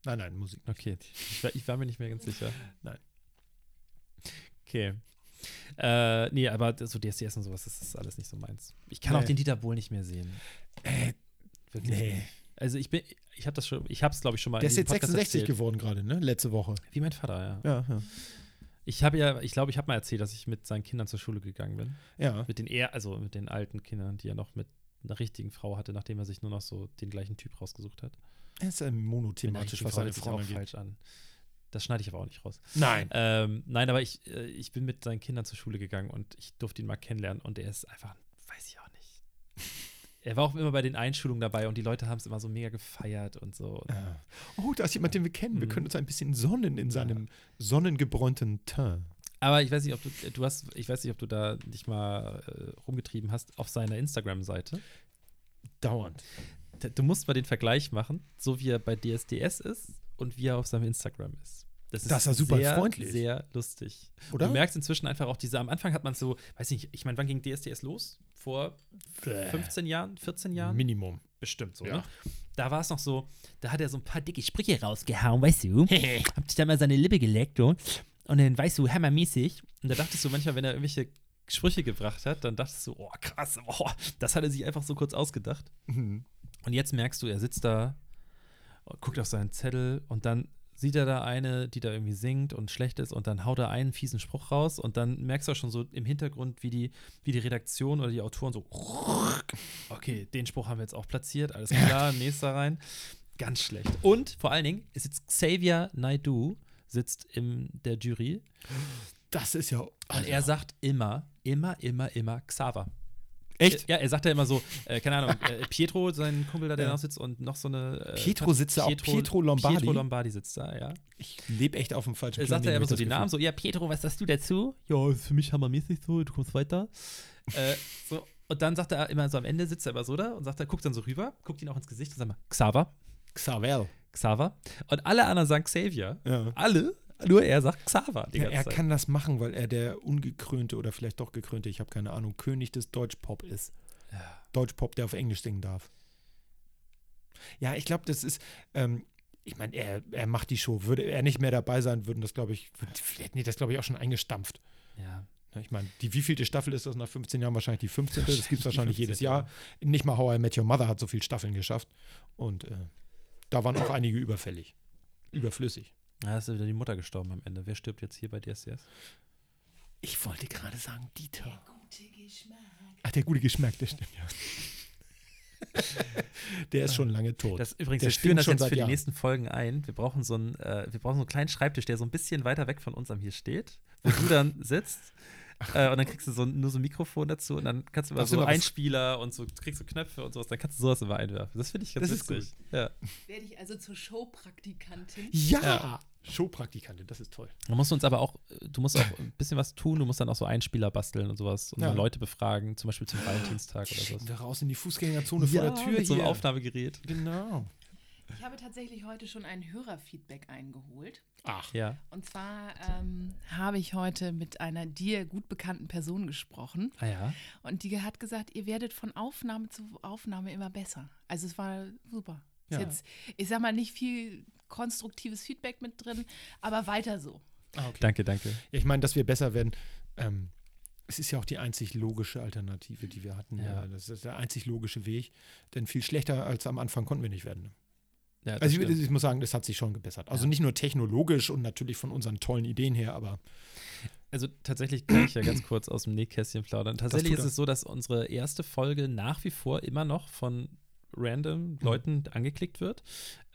A: Nein, nein, Musik.
C: Okay, ich war, ich war mir nicht mehr ganz sicher.
A: Nein.
C: Okay. Äh, nee, aber so DSDS und sowas, das ist alles nicht so meins. Ich kann auch
A: Nee.
C: den Dieter Bohl nicht mehr sehen.
A: Äh,
C: Wirklich.
A: nee.
C: Also ich bin, ich habe das schon, ich habe es glaube ich schon mal.
A: Der
C: in
A: ist
C: diesem
A: jetzt
C: Podcast
A: 66
C: erzählt.
A: geworden gerade, ne? Letzte Woche.
C: Wie mein Vater, ja.
A: Ja, ja.
C: Ich habe ja, ich glaube, ich habe mal erzählt, dass ich mit seinen Kindern zur Schule gegangen bin.
A: Ja.
C: Mit den eher, also mit den alten Kindern, die er noch mit einer richtigen Frau hatte, nachdem er sich nur noch so den gleichen Typ rausgesucht hat.
A: Er ist ähm, monothematisch,
C: Mit
A: was seine
C: einer richtigen
A: Frau
C: hört sich auch
A: angeht.
C: falsch an. Das schneide ich aber auch nicht raus.
A: Nein.
C: Ähm, nein, aber ich, äh, ich bin mit seinen Kindern zur Schule gegangen und ich durfte ihn mal kennenlernen und er ist einfach, weiß ich auch nicht. Er war auch immer bei den Einschulungen dabei und die Leute haben es immer so mega gefeiert und so.
A: Ah. Oh, da ist jemand, den wir kennen. Wir
C: Mhm.
A: können uns ein bisschen sonnen in seinem sonnengebräunten Teint.
C: Aber ich weiß nicht, ob du, äh, du hast, ich weiß nicht, ob du da dich mal äh, rumgetrieben hast auf seiner Instagram-Seite.
A: Dauernd.
C: D- Du musst mal den Vergleich machen, so wie er bei DSDS ist und wie er auf seinem Instagram ist.
A: Das ist ja super
C: sehr,
A: freundlich.
C: Sehr lustig.
A: Oder?
C: Du merkst inzwischen einfach auch diese, am Anfang hat man so, weiß nicht, ich meine, wann ging DSDS los? Vor
A: Bäh.
C: 15 Jahren, 14 Jahren?
A: Minimum.
C: Bestimmt so,
A: Ja.
C: ne? da war es noch so, da hat er so ein paar dicke Sprüche rausgehauen, weißt du? Hab dich da mal seine Lippe geleckt, du? Und dann, weißt du, hammermäßig. Und da dachtest du manchmal, wenn er irgendwelche Sprüche gebracht hat, dann dachtest du, oh krass, oh, das hat er sich einfach so kurz ausgedacht.
A: Mhm.
C: Und jetzt merkst du, er sitzt da, guckt auf seinen Zettel und dann sieht er da eine, die da irgendwie singt und schlecht ist und dann haut er einen fiesen Spruch raus und dann merkst du auch schon so im Hintergrund, wie die, wie die Redaktion oder die Autoren so, okay, den Spruch haben wir jetzt auch platziert, alles klar, nächster rein. Ganz schlecht. Und vor allen Dingen ist jetzt Xavier Naidoo sitzt in der Jury
A: Das ist ja.
C: und er sagt immer, immer, immer, immer Xaver.
A: Echt?
C: Ja, er sagt ja immer so, äh, keine Ahnung, äh, Pietro, sein Kumpel da, der noch sitzt und noch so eine. Äh,
A: Pietro sitzt da auch, Pietro Lombardi?
C: Pietro Lombardi sitzt da, ja.
A: Ich lebe echt auf dem falschen
C: Er sagt ja
A: hab
C: immer
A: ich
C: so
A: das
C: die
A: Gefühl.
C: Namen, so, ja, Pietro, was sagst du dazu? Ja, ist für mich hammermäßig so, du kommst weiter. äh, so, und dann sagt er immer so am Ende, sitzt er aber so da und sagt er, guckt dann so rüber, guckt ihn auch ins Gesicht und sagt mal, Xaver,
A: Xavel.
C: Xaver. Und alle anderen sagen Xavier.
A: Ja.
C: Alle, nur er sagt Xaver die
A: Ja,
C: ganze
A: er
C: Zeit.
A: kann das machen, weil er der ungekrönte oder vielleicht doch gekrönte, ich habe keine Ahnung, König des Deutschpop ist. Deutschpop, der auf Englisch singen darf. Ja, ich glaube, das ist, ähm, ich meine, er, er macht die Show. Würde er nicht mehr dabei sein, würden das, glaube ich, würden, hätten die das, glaube ich, auch schon eingestampft.
C: ja.
A: Ne, Ich meine, die wievielte Staffel ist das nach 15 Jahren? Wahrscheinlich die 15. Das gibt es wahrscheinlich jedes Jahr. Nicht mal How I Met Your Mother hat so viele Staffeln geschafft. Und äh, da waren auch einige überfällig. Überflüssig.
C: Ja, ist ja wieder die Mutter gestorben am Ende. Wer stirbt jetzt hier bei DSDS?
A: Ich wollte gerade sagen, Dieter. Ach, der gute Geschmack, der stimmt ja. der ist schon lange tot.
C: Das übrigens,
A: Der
C: wir
A: stinkt
C: führen das
A: schon
C: jetzt
A: seit
C: für die
A: Jahren.
C: nächsten Folgen ein. Wir brauchen so einen, äh, wir brauchen so einen kleinen Schreibtisch, der so ein bisschen weiter weg von uns am hier steht, wo du dann sitzt. Äh, und dann kriegst du so, ein- nur so ein Mikrofon dazu und dann kannst du immer
A: Darfst du
C: so
A: immer was-
C: Einspieler und so kriegst du Knöpfe und sowas, dann kannst du sowas immer einwerfen. Das finde ich ganz
A: Das ist
C: witzig. Ja.
E: Werde ich also zur Showpraktikantin?
A: ja! Showpraktikantin, das ist toll.
C: Man muss uns aber auch, äh, du musst auch ein bisschen was tun, du musst dann auch so Einspieler basteln und sowas und
A: Ja.
C: dann Leute befragen, zum Beispiel zum Valentinstag
A: Die
C: oder sowas.
A: schicken wir raus in die Fußgängerzone vor der Tür
C: mit so einem
A: hier.
C: Aufnahmegerät.
A: Genau.
E: Ich habe tatsächlich heute schon ein Hörerfeedback eingeholt.
A: Ach,
C: Ja.
E: Und zwar ähm, habe ich heute mit einer dir gut bekannten Person gesprochen.
C: Ah ja.
E: Und die hat gesagt, ihr werdet von Aufnahme zu Aufnahme immer besser. Also es war super. Ist
A: Ja.
E: Jetzt, ich sag mal, nicht viel konstruktives Feedback mit drin, aber weiter so.
A: ah, okay.
C: Danke, danke.
A: Ja, ich meine, dass wir besser werden. Ähm, es ist ja auch die einzig logische Alternative, die wir hatten.
C: Ja.
A: Ja. Das ist der einzig logische Weg. Denn viel schlechter als am Anfang konnten wir nicht werden.
C: Ja, das
A: Also ich,
C: stimmt.
A: ich muss sagen, das hat sich schon gebessert. Also nicht nur technologisch und natürlich von unseren tollen Ideen her, aber
C: Also tatsächlich kann ich ja ganz kurz aus dem Nähkästchen plaudern. Tatsächlich
A: tut
C: ist
A: er.
C: es so, dass unsere erste Folge nach wie vor immer noch von random Leuten angeklickt wird.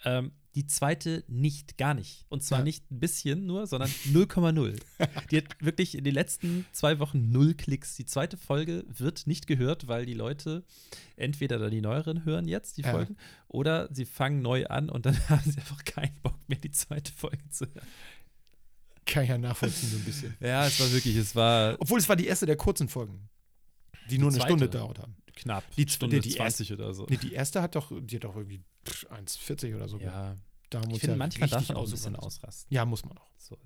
C: Ähm, die zweite nicht, gar nicht. Und zwar
A: Ja.
C: nicht ein bisschen nur, sondern 0,0. die hat wirklich in den letzten zwei Wochen null Klicks. Die zweite Folge wird nicht gehört, weil die Leute entweder da die neueren hören jetzt, die
A: Ja.
C: Folgen, oder sie fangen neu an und dann haben sie einfach keinen Bock mehr, die zweite Folge zu hören.
A: kann ich ja nachvollziehen so ein bisschen.
C: Ja, es war wirklich, es war
A: Obwohl es war die erste der kurzen Folgen, die, nur eine
C: zweite.
A: Stunde gedauert haben.
C: knapp.
A: Die-
C: Stunde
A: die- die
C: 20 oder so.
A: Nee, die erste hat doch, die hat doch irgendwie pff, 1,40 oder so. gehabt.
C: Ja,
A: da haben wir
C: ich
A: uns
C: finde,
A: ja
C: manchmal darf
A: richtig
C: man auch ein bisschen
A: ausgerannt.
C: ausrasten.
A: Ja, muss man auch.
C: So.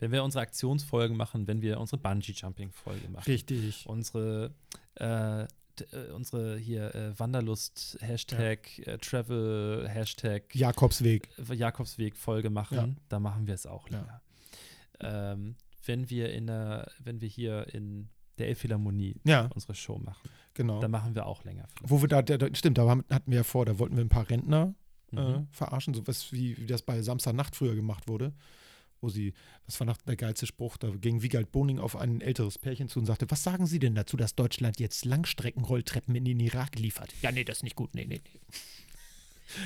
C: Wenn wir unsere Aktionsfolgen machen, wenn wir unsere Bungee-Jumping-Folge machen,
A: Richtig.
C: unsere, äh, d- äh, unsere hier äh, Wanderlust-Hashtag, äh, Travel-Hashtag,
A: Jakobsweg.
C: Jakobsweg-Folge machen,
A: Ja.
C: da machen wir es auch
A: Ja.
C: länger. Ähm, wenn wir in der, wenn wir hier in der Elbphilharmonie
A: Ja,
C: unsere Show machen,
A: genau.
C: dann machen wir auch länger.
A: Wo wir da, da, da stimmt, da haben- hatten wir ja vor, da wollten wir ein paar Rentner äh,
C: Mhm.
A: verarschen, so was wie, wie das bei Samstagnacht früher gemacht wurde, wo sie, was war nach der geilste Spruch, da ging Wiegald Boning auf ein älteres Pärchen zu und sagte, was sagen Sie denn dazu, dass Deutschland jetzt Langstreckenrolltreppen in den Irak liefert? Ja, nee, das ist nicht gut, nee, nee, nee.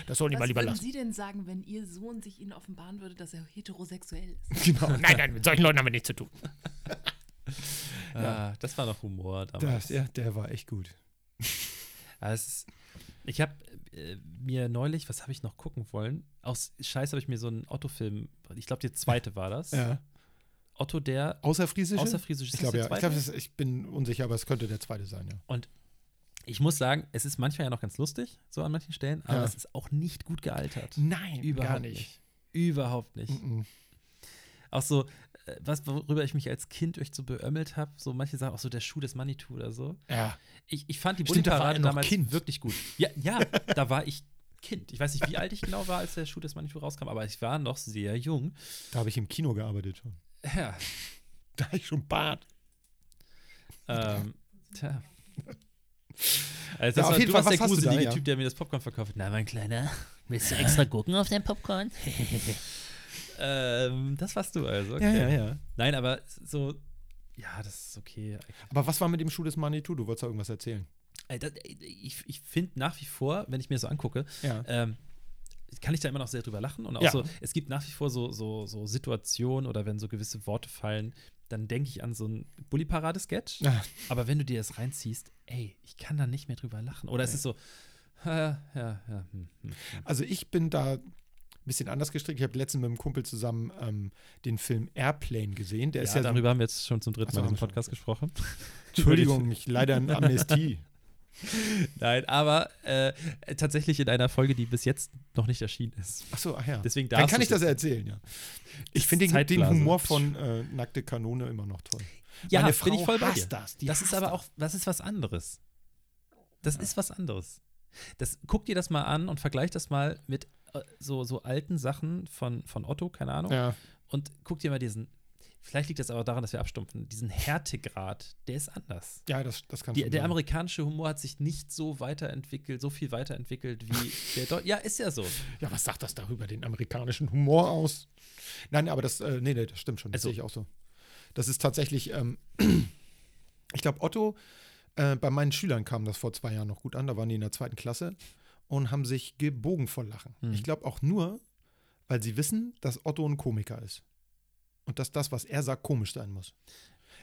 A: Das sollen die mal
E: Was
A: lieber
E: würden
A: lassen.
E: Sie denn sagen, wenn Ihr Sohn sich Ihnen offenbaren würde, dass er heterosexuell ist?
A: Genau. Nein, nein, mit solchen Leuten haben wir nichts zu tun.
C: Ah, das war noch Humor damals.
A: Das, ja, der war echt gut.
C: Ja, es ist, ich habe äh, mir neulich, was habe ich noch gucken wollen? Aus Scheiß habe ich mir so einen Otto-Film, ich glaube, der zweite war das.
A: Ja.
C: Otto der
A: Außerfriesische?
C: Außerfriesische.
A: ich
C: ist das
A: glaube
C: der
A: ja. Ich,
C: zweite?
A: glaub, das, ich bin unsicher, aber es könnte der zweite sein, ja.
C: Und ich muss sagen, es ist manchmal ja noch ganz lustig, so an manchen Stellen, aber
A: Ja.
C: es ist auch nicht gut gealtert.
A: Nein,
C: Überhaupt
A: gar nicht.
C: Überhaupt nicht.
A: Mm-mm.
C: Auch so, äh, was, worüber ich mich als Kind echt so beömmelt habe, so manche sagen auch so der Schuh des Manitou oder so.
A: Ja.
C: Ich, ich fand die
A: Stimmt, da war
C: Bullenparade
A: er noch
C: damals
A: Kind.
C: wirklich gut. Ja, ja, da war ich Kind. Ich weiß nicht, wie alt ich genau war, als der Schuh des Manitou rauskam, aber ich war noch sehr jung.
A: Da habe ich im Kino gearbeitet schon.
C: Ja.
A: Da habe ich schon Bart.
C: Ähm, tja. Also das
A: Ja, auf
C: war,
A: jeden
C: du
A: Fall,
C: warst
A: was hast
C: der
A: du da,
C: gruselige
A: ja?
C: Typ, der mir das Popcorn verkauft hat. Na, mein Kleiner.
G: Willst du extra gucken auf dein Popcorn?
C: Ähm, das warst du also. Okay.
A: ja,
C: ja. Nein, aber so, ja, das ist okay.
A: Aber was war mit dem Schuh des Manitou? Du wolltest ja irgendwas erzählen.
C: Ey, das- Ich, ich finde nach wie vor, wenn ich mir das so angucke,
A: Ja.
C: ähm, kann ich da immer noch sehr drüber lachen. Und auch
A: Ja.
C: so, es gibt nach wie vor so, so, so Situationen oder wenn so gewisse Worte fallen, dann denke ich an so ein Bulli-Parade-Sketch.
A: Ja.
C: Aber wenn du dir das reinziehst, ey, ich kann da nicht mehr drüber lachen. Oder es ist so, ja, ja, ja. Hm, hm.
A: Also ich bin da ein bisschen anders gestrickt. Ich habe letztens mit einem Kumpel zusammen ähm, den Film Airplane gesehen. Der
C: Ja,
A: ist ja so-
C: darüber haben wir jetzt schon zum dritten
A: Achso,
C: Mal in
A: haben
C: diesem
A: wir schon.
C: Podcast gesprochen.
A: Entschuldigung, ich leider an Amnestie.
C: Nein, aber äh, tatsächlich in einer Folge, die bis jetzt noch nicht erschienen ist.
A: Achso, ach ja.
C: Deswegen
A: Dann
C: darfst
A: kann
C: du
A: ich das
C: es
A: erzählen, ja. Ich
C: ist
A: finde den, den
C: Zeitblase.
A: Humor von äh, Nackte Kanone immer noch toll.
C: Ja,
A: Meine
C: bin
A: Frau
C: ich voll bei dir.
A: hasst das. Die
C: das
A: hasst
C: ist aber auch, das ist was anderes. Das ist was anderes. Das, guck dir das mal an und vergleich das mal mit äh, so, so alten Sachen von, von Otto, keine Ahnung.
A: Ja.
C: Und guck dir mal diesen, vielleicht liegt das aber daran, dass wir abstumpfen, diesen Härtegrad, der ist anders.
A: Ja, das, das kann
C: Die,
A: schon
C: der
A: sein.
C: amerikanische Humor hat sich nicht so weiterentwickelt, so viel weiterentwickelt wie der Deutsche. Ja, ist ja so.
A: Ja, was sagt das darüber den amerikanischen Humor aus? Nein, aber das, äh, nee, nee, das stimmt schon. Das
C: Also-
A: sehe ich auch so. Das ist tatsächlich, ähm, ich glaube, Otto, äh, bei meinen Schülern kam das vor zwei Jahren noch gut an. Da waren die in der zweiten Klasse und haben sich gebogen vor Lachen.
C: Hm.
A: Ich glaube auch nur, weil sie wissen, dass Otto ein Komiker ist. Und dass das, was er sagt, komisch sein muss.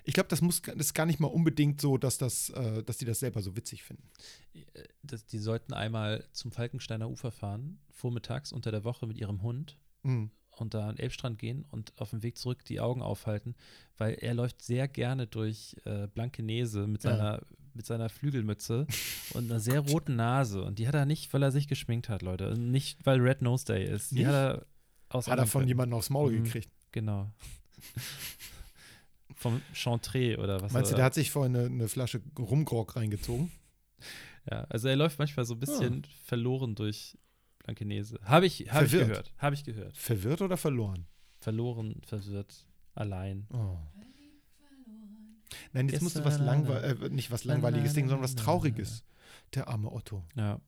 A: Ich glaube, das muss das ist gar nicht mal unbedingt so, dass das, äh, dass die das selber so witzig finden.
C: Äh, Das, die sollten einmal zum Falkensteiner Ufer fahren, vormittags unter der Woche mit ihrem Hund
A: Mhm.
C: und da an den Elbstrand gehen und auf dem Weg zurück die Augen aufhalten, weil er läuft sehr gerne durch äh, Blankenese mit
A: Ja.
C: seiner, mit seiner Flügelmütze und einer sehr roten Nase. Und die hat er nicht, weil er sich geschminkt hat, Leute. Und Nicht, weil Red Nose Day ist. Die
A: Nicht?
C: hat er aus
A: Hat er
C: anderen
A: von
C: Gründen.
A: jemandem aufs Maul
C: Mhm.
A: gekriegt.
C: Genau. Vom Chantre oder was
A: Meinst du,
C: er-
A: der hat sich vorhin eine, eine Flasche Rumgrog reingezogen?
C: Ja, also er läuft manchmal so ein bisschen verloren durch Blankenese. Habe ich, hab ich
A: Ah. Verwirrt.
C: gehört. Habe ich gehört.
A: Verwirrt oder verloren?
C: Verloren, verwirrt, allein.
A: Oh. Nein, jetzt musst du was
C: Gestern-
A: langweil äh, nicht was langweiliges Ding, sondern was Trauriges. Der arme Otto.
C: Ja.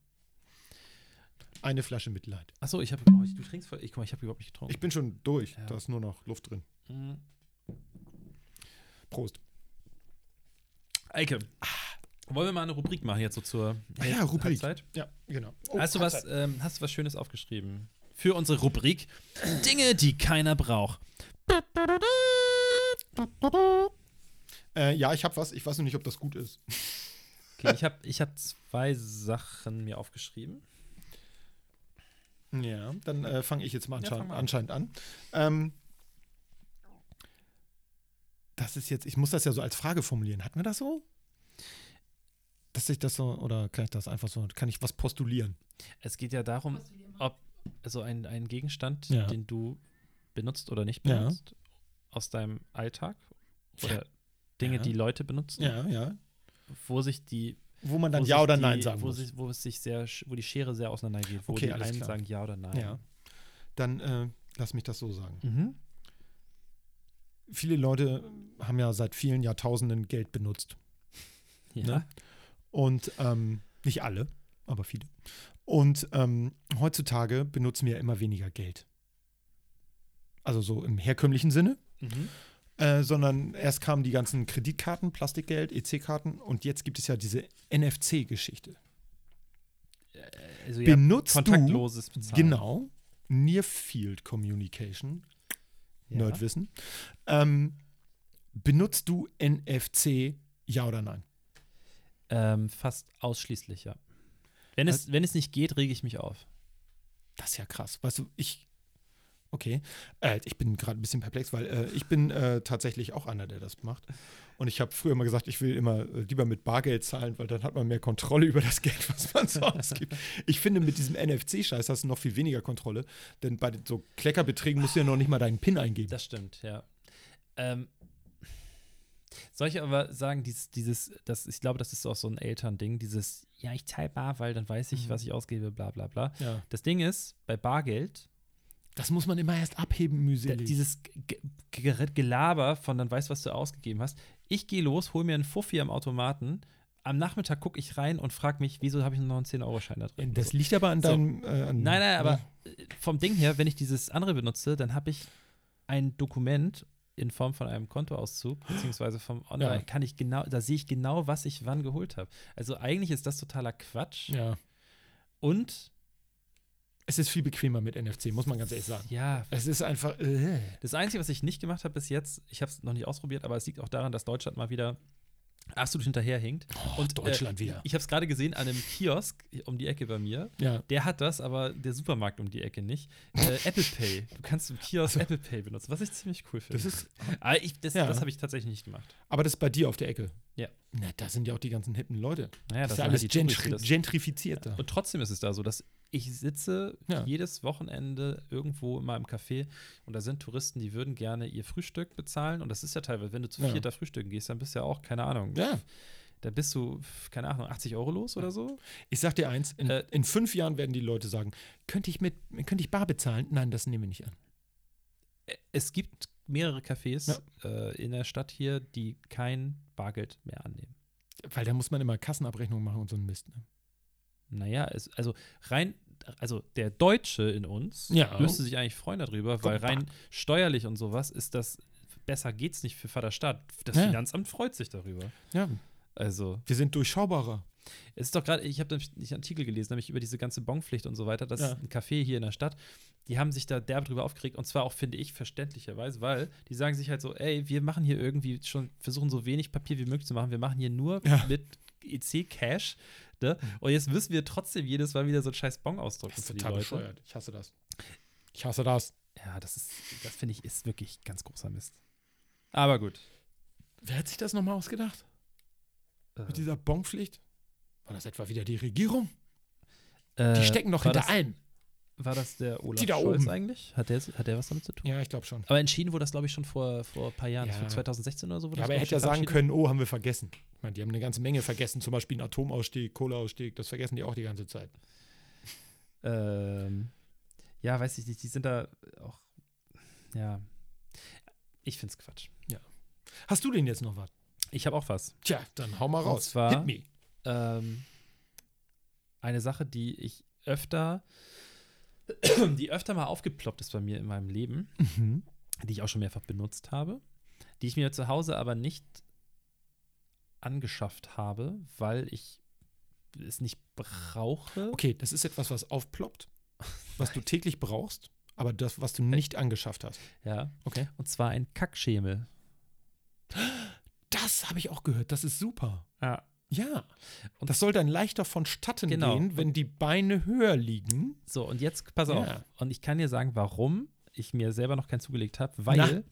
A: Eine Flasche Mitleid.
C: Achso, ich habe. Oh, ich- du trinkst voll. Ich, guck mal, ich habe überhaupt nicht getrunken.
A: Ich bin schon durch.
C: Ja.
A: Da ist nur noch Luft drin.
C: Mhm.
A: Prost.
C: Eike. Wollen wir mal eine Rubrik machen jetzt so zur
A: Ah ja, Rubrik.
C: Halbzeit?
A: Ja, genau.
C: hast, du was, ähm, hast du was Schönes aufgeschrieben? Für unsere Rubrik Dinge, die keiner braucht.
A: Äh, ja, ich habe was. Ich weiß nur nicht, ob das gut ist.
C: Okay, ich habe ich hab zwei Sachen mir aufgeschrieben.
A: Ja, dann äh, fange ich jetzt mal
C: Ja, fang
A: anscheinend,
C: mal an.
A: anscheinend an. Ähm, das ist jetzt, ich muss das ja so als Frage formulieren. Hatten wir das so? Dass ich das so, oder kann ich das einfach so, kann ich was postulieren?
C: Es geht ja darum, ob also ein, ein Gegenstand,
A: Ja.
C: den du benutzt oder nicht
A: Ja.
C: benutzt, aus deinem Alltag oder Dinge,
A: Ja.
C: die Leute benutzen,
A: Ja, ja.
C: wo sich die
A: Wo man dann
C: wo
A: Ja
C: sich
A: oder
C: die,
A: Nein sagen
C: wo
A: muss.
C: Sich, wo es sich sehr, sch- wo die Schere sehr auseinandergeht, wo
A: Okay,
C: die
A: alles
C: einen
A: klar.
C: sagen Ja oder Nein.
A: Ja. Dann äh, lass mich das so sagen.
C: Mhm.
A: Viele Leute haben ja seit vielen Jahrtausenden Geld benutzt.
C: Ja.
A: Ne? Und ähm, nicht alle, aber viele. Und ähm, heutzutage benutzen wir immer weniger Geld. Also so im herkömmlichen Sinne.
C: Mhm.
A: Äh, sondern erst kamen die ganzen Kreditkarten, Plastikgeld, EC-Karten und jetzt gibt es ja diese NFC-Geschichte.
C: Also ja,
A: Benutzt du-
C: kontaktloses Bezahlen.
A: Genau. Near Field Communication,
C: Ja.
A: Nerdwissen. Ähm, benutzt du NFC, ja oder nein?
C: Ähm, fast ausschließlich, ja. Wenn es, wenn es nicht geht, rege ich mich auf.
A: Das ist ja krass. Weißt du, ich. Okay. Äh, ich bin gerade ein bisschen perplex, weil äh, ich bin äh, tatsächlich auch einer, der das macht. Und ich habe früher immer gesagt, ich will immer äh, lieber mit Bargeld zahlen, weil dann hat man mehr Kontrolle über das Geld, was man so ausgibt. Ich finde, mit diesem NFC-Scheiß hast du noch viel weniger Kontrolle, denn bei so Kleckerbeträgen musst du ja noch nicht mal deinen PIN eingeben.
C: Das stimmt, ja. Ähm, Soll ich aber sagen, dieses, dieses, das, ich glaube, das ist auch so ein Elternding, dieses, ja, ich zahle bar, weil dann weiß
A: Mhm.
C: ich, was ich ausgebe, bla bla bla.
A: Ja.
C: Das Ding ist, bei Bargeld,
A: Das muss man immer erst abheben,
C: da,
A: mühselig.
C: dieses Ge- Ge- Gelaber von dann weißt, was du ausgegeben hast. Ich gehe los, hole mir einen Fuffi am Automaten. Am Nachmittag gucke ich rein und frage mich, wieso habe ich noch einen 10-Euro-Schein da drin?
A: das liegt aber an
C: So.
A: deinem. äh, an,
C: Nein, nein, aber äh, vom Ding her, wenn ich dieses andere benutze, dann habe ich ein Dokument in Form von einem Kontoauszug, beziehungsweise vom Online,
A: Ja.
C: kann ich genau, da sehe ich genau, was ich wann geholt habe. Also eigentlich ist das totaler Quatsch.
A: Ja.
C: Und
A: Es ist viel bequemer mit NFC, muss man ganz ehrlich sagen.
C: ja,
A: Es ist einfach. Äh.
C: das Einzige, was ich nicht gemacht habe bis jetzt, ich habe es noch nicht ausprobiert, aber es liegt auch daran, dass Deutschland mal wieder absolut hinterherhinkt. Und
A: Oh, Deutschland
C: äh,
A: wieder.
C: Ich habe es gerade gesehen an einem Kiosk um die Ecke bei mir.
A: Ja.
C: Der hat das, aber der Supermarkt um die Ecke nicht. Äh, Apple Pay. Du kannst im Kiosk Apple Pay benutzen, was ich ziemlich cool finde.
A: Also Das ist,
C: aber ich, das,
A: Ja.
C: das habe ich tatsächlich nicht gemacht.
A: aber das ist bei dir auf der Ecke.
C: Ja.
A: Na, da sind ja auch die ganzen hippen Leute.
C: Naja,
A: das, ist ja
C: das sind
A: alles
C: halt die Touris, die
A: gentri
C: das-
A: gentrifiziert da.
C: Und trotzdem ist es da so, dass ich sitze
A: Ja.
C: jedes Wochenende irgendwo in meinem Café und da sind Touristen, die würden gerne ihr Frühstück bezahlen. Und das ist ja teilweise, wenn du zu
A: Ja.
C: viert da frühstücken gehst, dann bist du ja auch, keine Ahnung,
A: Ja.
C: da bist du, keine Ahnung, 80 Euro los oder so.
A: Ich sag dir eins: in,
C: Äh,
A: in fünf Jahren werden die Leute sagen, könnte ich, mit, könnte ich bar bezahlen? Nein, das nehmen wir nicht an.
C: Es gibt mehrere Cafés äh, in der Stadt hier, die kein Bargeld mehr annehmen.
A: Weil da muss man immer Kassenabrechnung machen und so ein Mist. Ne?
C: Naja, es, also rein, also der Deutsche in uns
A: Ja.
C: müsste sich eigentlich freuen darüber, weil rein steuerlich und sowas ist das, besser geht's nicht für Vaterstaat. Das
A: Ja.
C: Finanzamt freut sich darüber.
A: Ja,
C: Also,
A: wir sind durchschaubarer.
C: es ist doch gerade, ich habe nämlich einen Artikel gelesen, nämlich über diese ganze Bonpflicht und so weiter, dass
A: Ja.
C: ein Café hier in der Stadt, die haben sich da derb drüber aufgeregt und zwar auch, finde ich, verständlicherweise, weil die sagen sich halt so, ey, wir machen hier irgendwie schon, versuchen so wenig Papier wie möglich zu machen, wir machen hier nur
A: Ja.
C: mit EC-Cash, ne? Und jetzt müssen wir trotzdem jedes Mal wieder so einen scheiß Bon ausdrucken für die Leute.
A: Ich hasse das. Ich hasse das.
C: Ja, das ist, das finde ich, ist wirklich ganz großer Mist. Aber gut.
A: Wer hat sich das nochmal ausgedacht?
C: Äh,
A: Mit dieser Bonpflicht? War das etwa wieder die Regierung?
C: äh,
A: Die stecken doch
C: war
A: hinter
C: das,
A: allen.
C: War das der Olaf
A: Die da
C: Scholz
A: oben.
C: eigentlich? Hat der, hat der was damit zu tun?
A: Ja, ich glaube schon.
C: Aber entschieden wurde das, glaube ich, schon vor, vor ein paar Jahren,
A: Ja.
C: vor 2016 oder so. Wurde
A: Ja,
C: das,
A: aber er
C: glaub ich,
A: hätte ja
C: schon
A: sagen
C: verabschiedet.
A: können, oh, haben wir vergessen. Ich meine, die haben eine ganze Menge vergessen, zum Beispiel einen Atomausstieg, Kohleausstieg, das vergessen die auch die ganze Zeit.
C: Ähm, ja, weiß ich nicht, die sind da auch. Ja. Ich find's Quatsch.
A: Hast du denn jetzt noch was?
C: Ich habe auch was.
A: Tja, dann hau mal
C: Und
A: raus.
C: zwar-
A: Hit me.
C: ähm, eine Sache, die ich öfter, die öfter mal aufgeploppt ist bei mir in meinem Leben, die ich auch schon mehrfach benutzt habe, die ich mir zu Hause aber nicht angeschafft habe, weil ich es nicht brauche.
A: Okay, das ist etwas, was aufploppt, was du täglich brauchst, aber das, was du nicht angeschafft hast.
C: Ja.
A: Okay.
C: Und zwar ein Kackschemel.
A: Das habe ich auch gehört, das ist super.
C: Ja.
A: Ja.
C: Und-
A: das soll dann leichter vonstatten
C: Genau.
A: gehen, wenn die Beine höher liegen.
C: So, und jetzt pass
A: Ja.
C: auf. Und ich kann dir sagen, warum ich mir selber noch keinen zugelegt habe, weil
A: Na?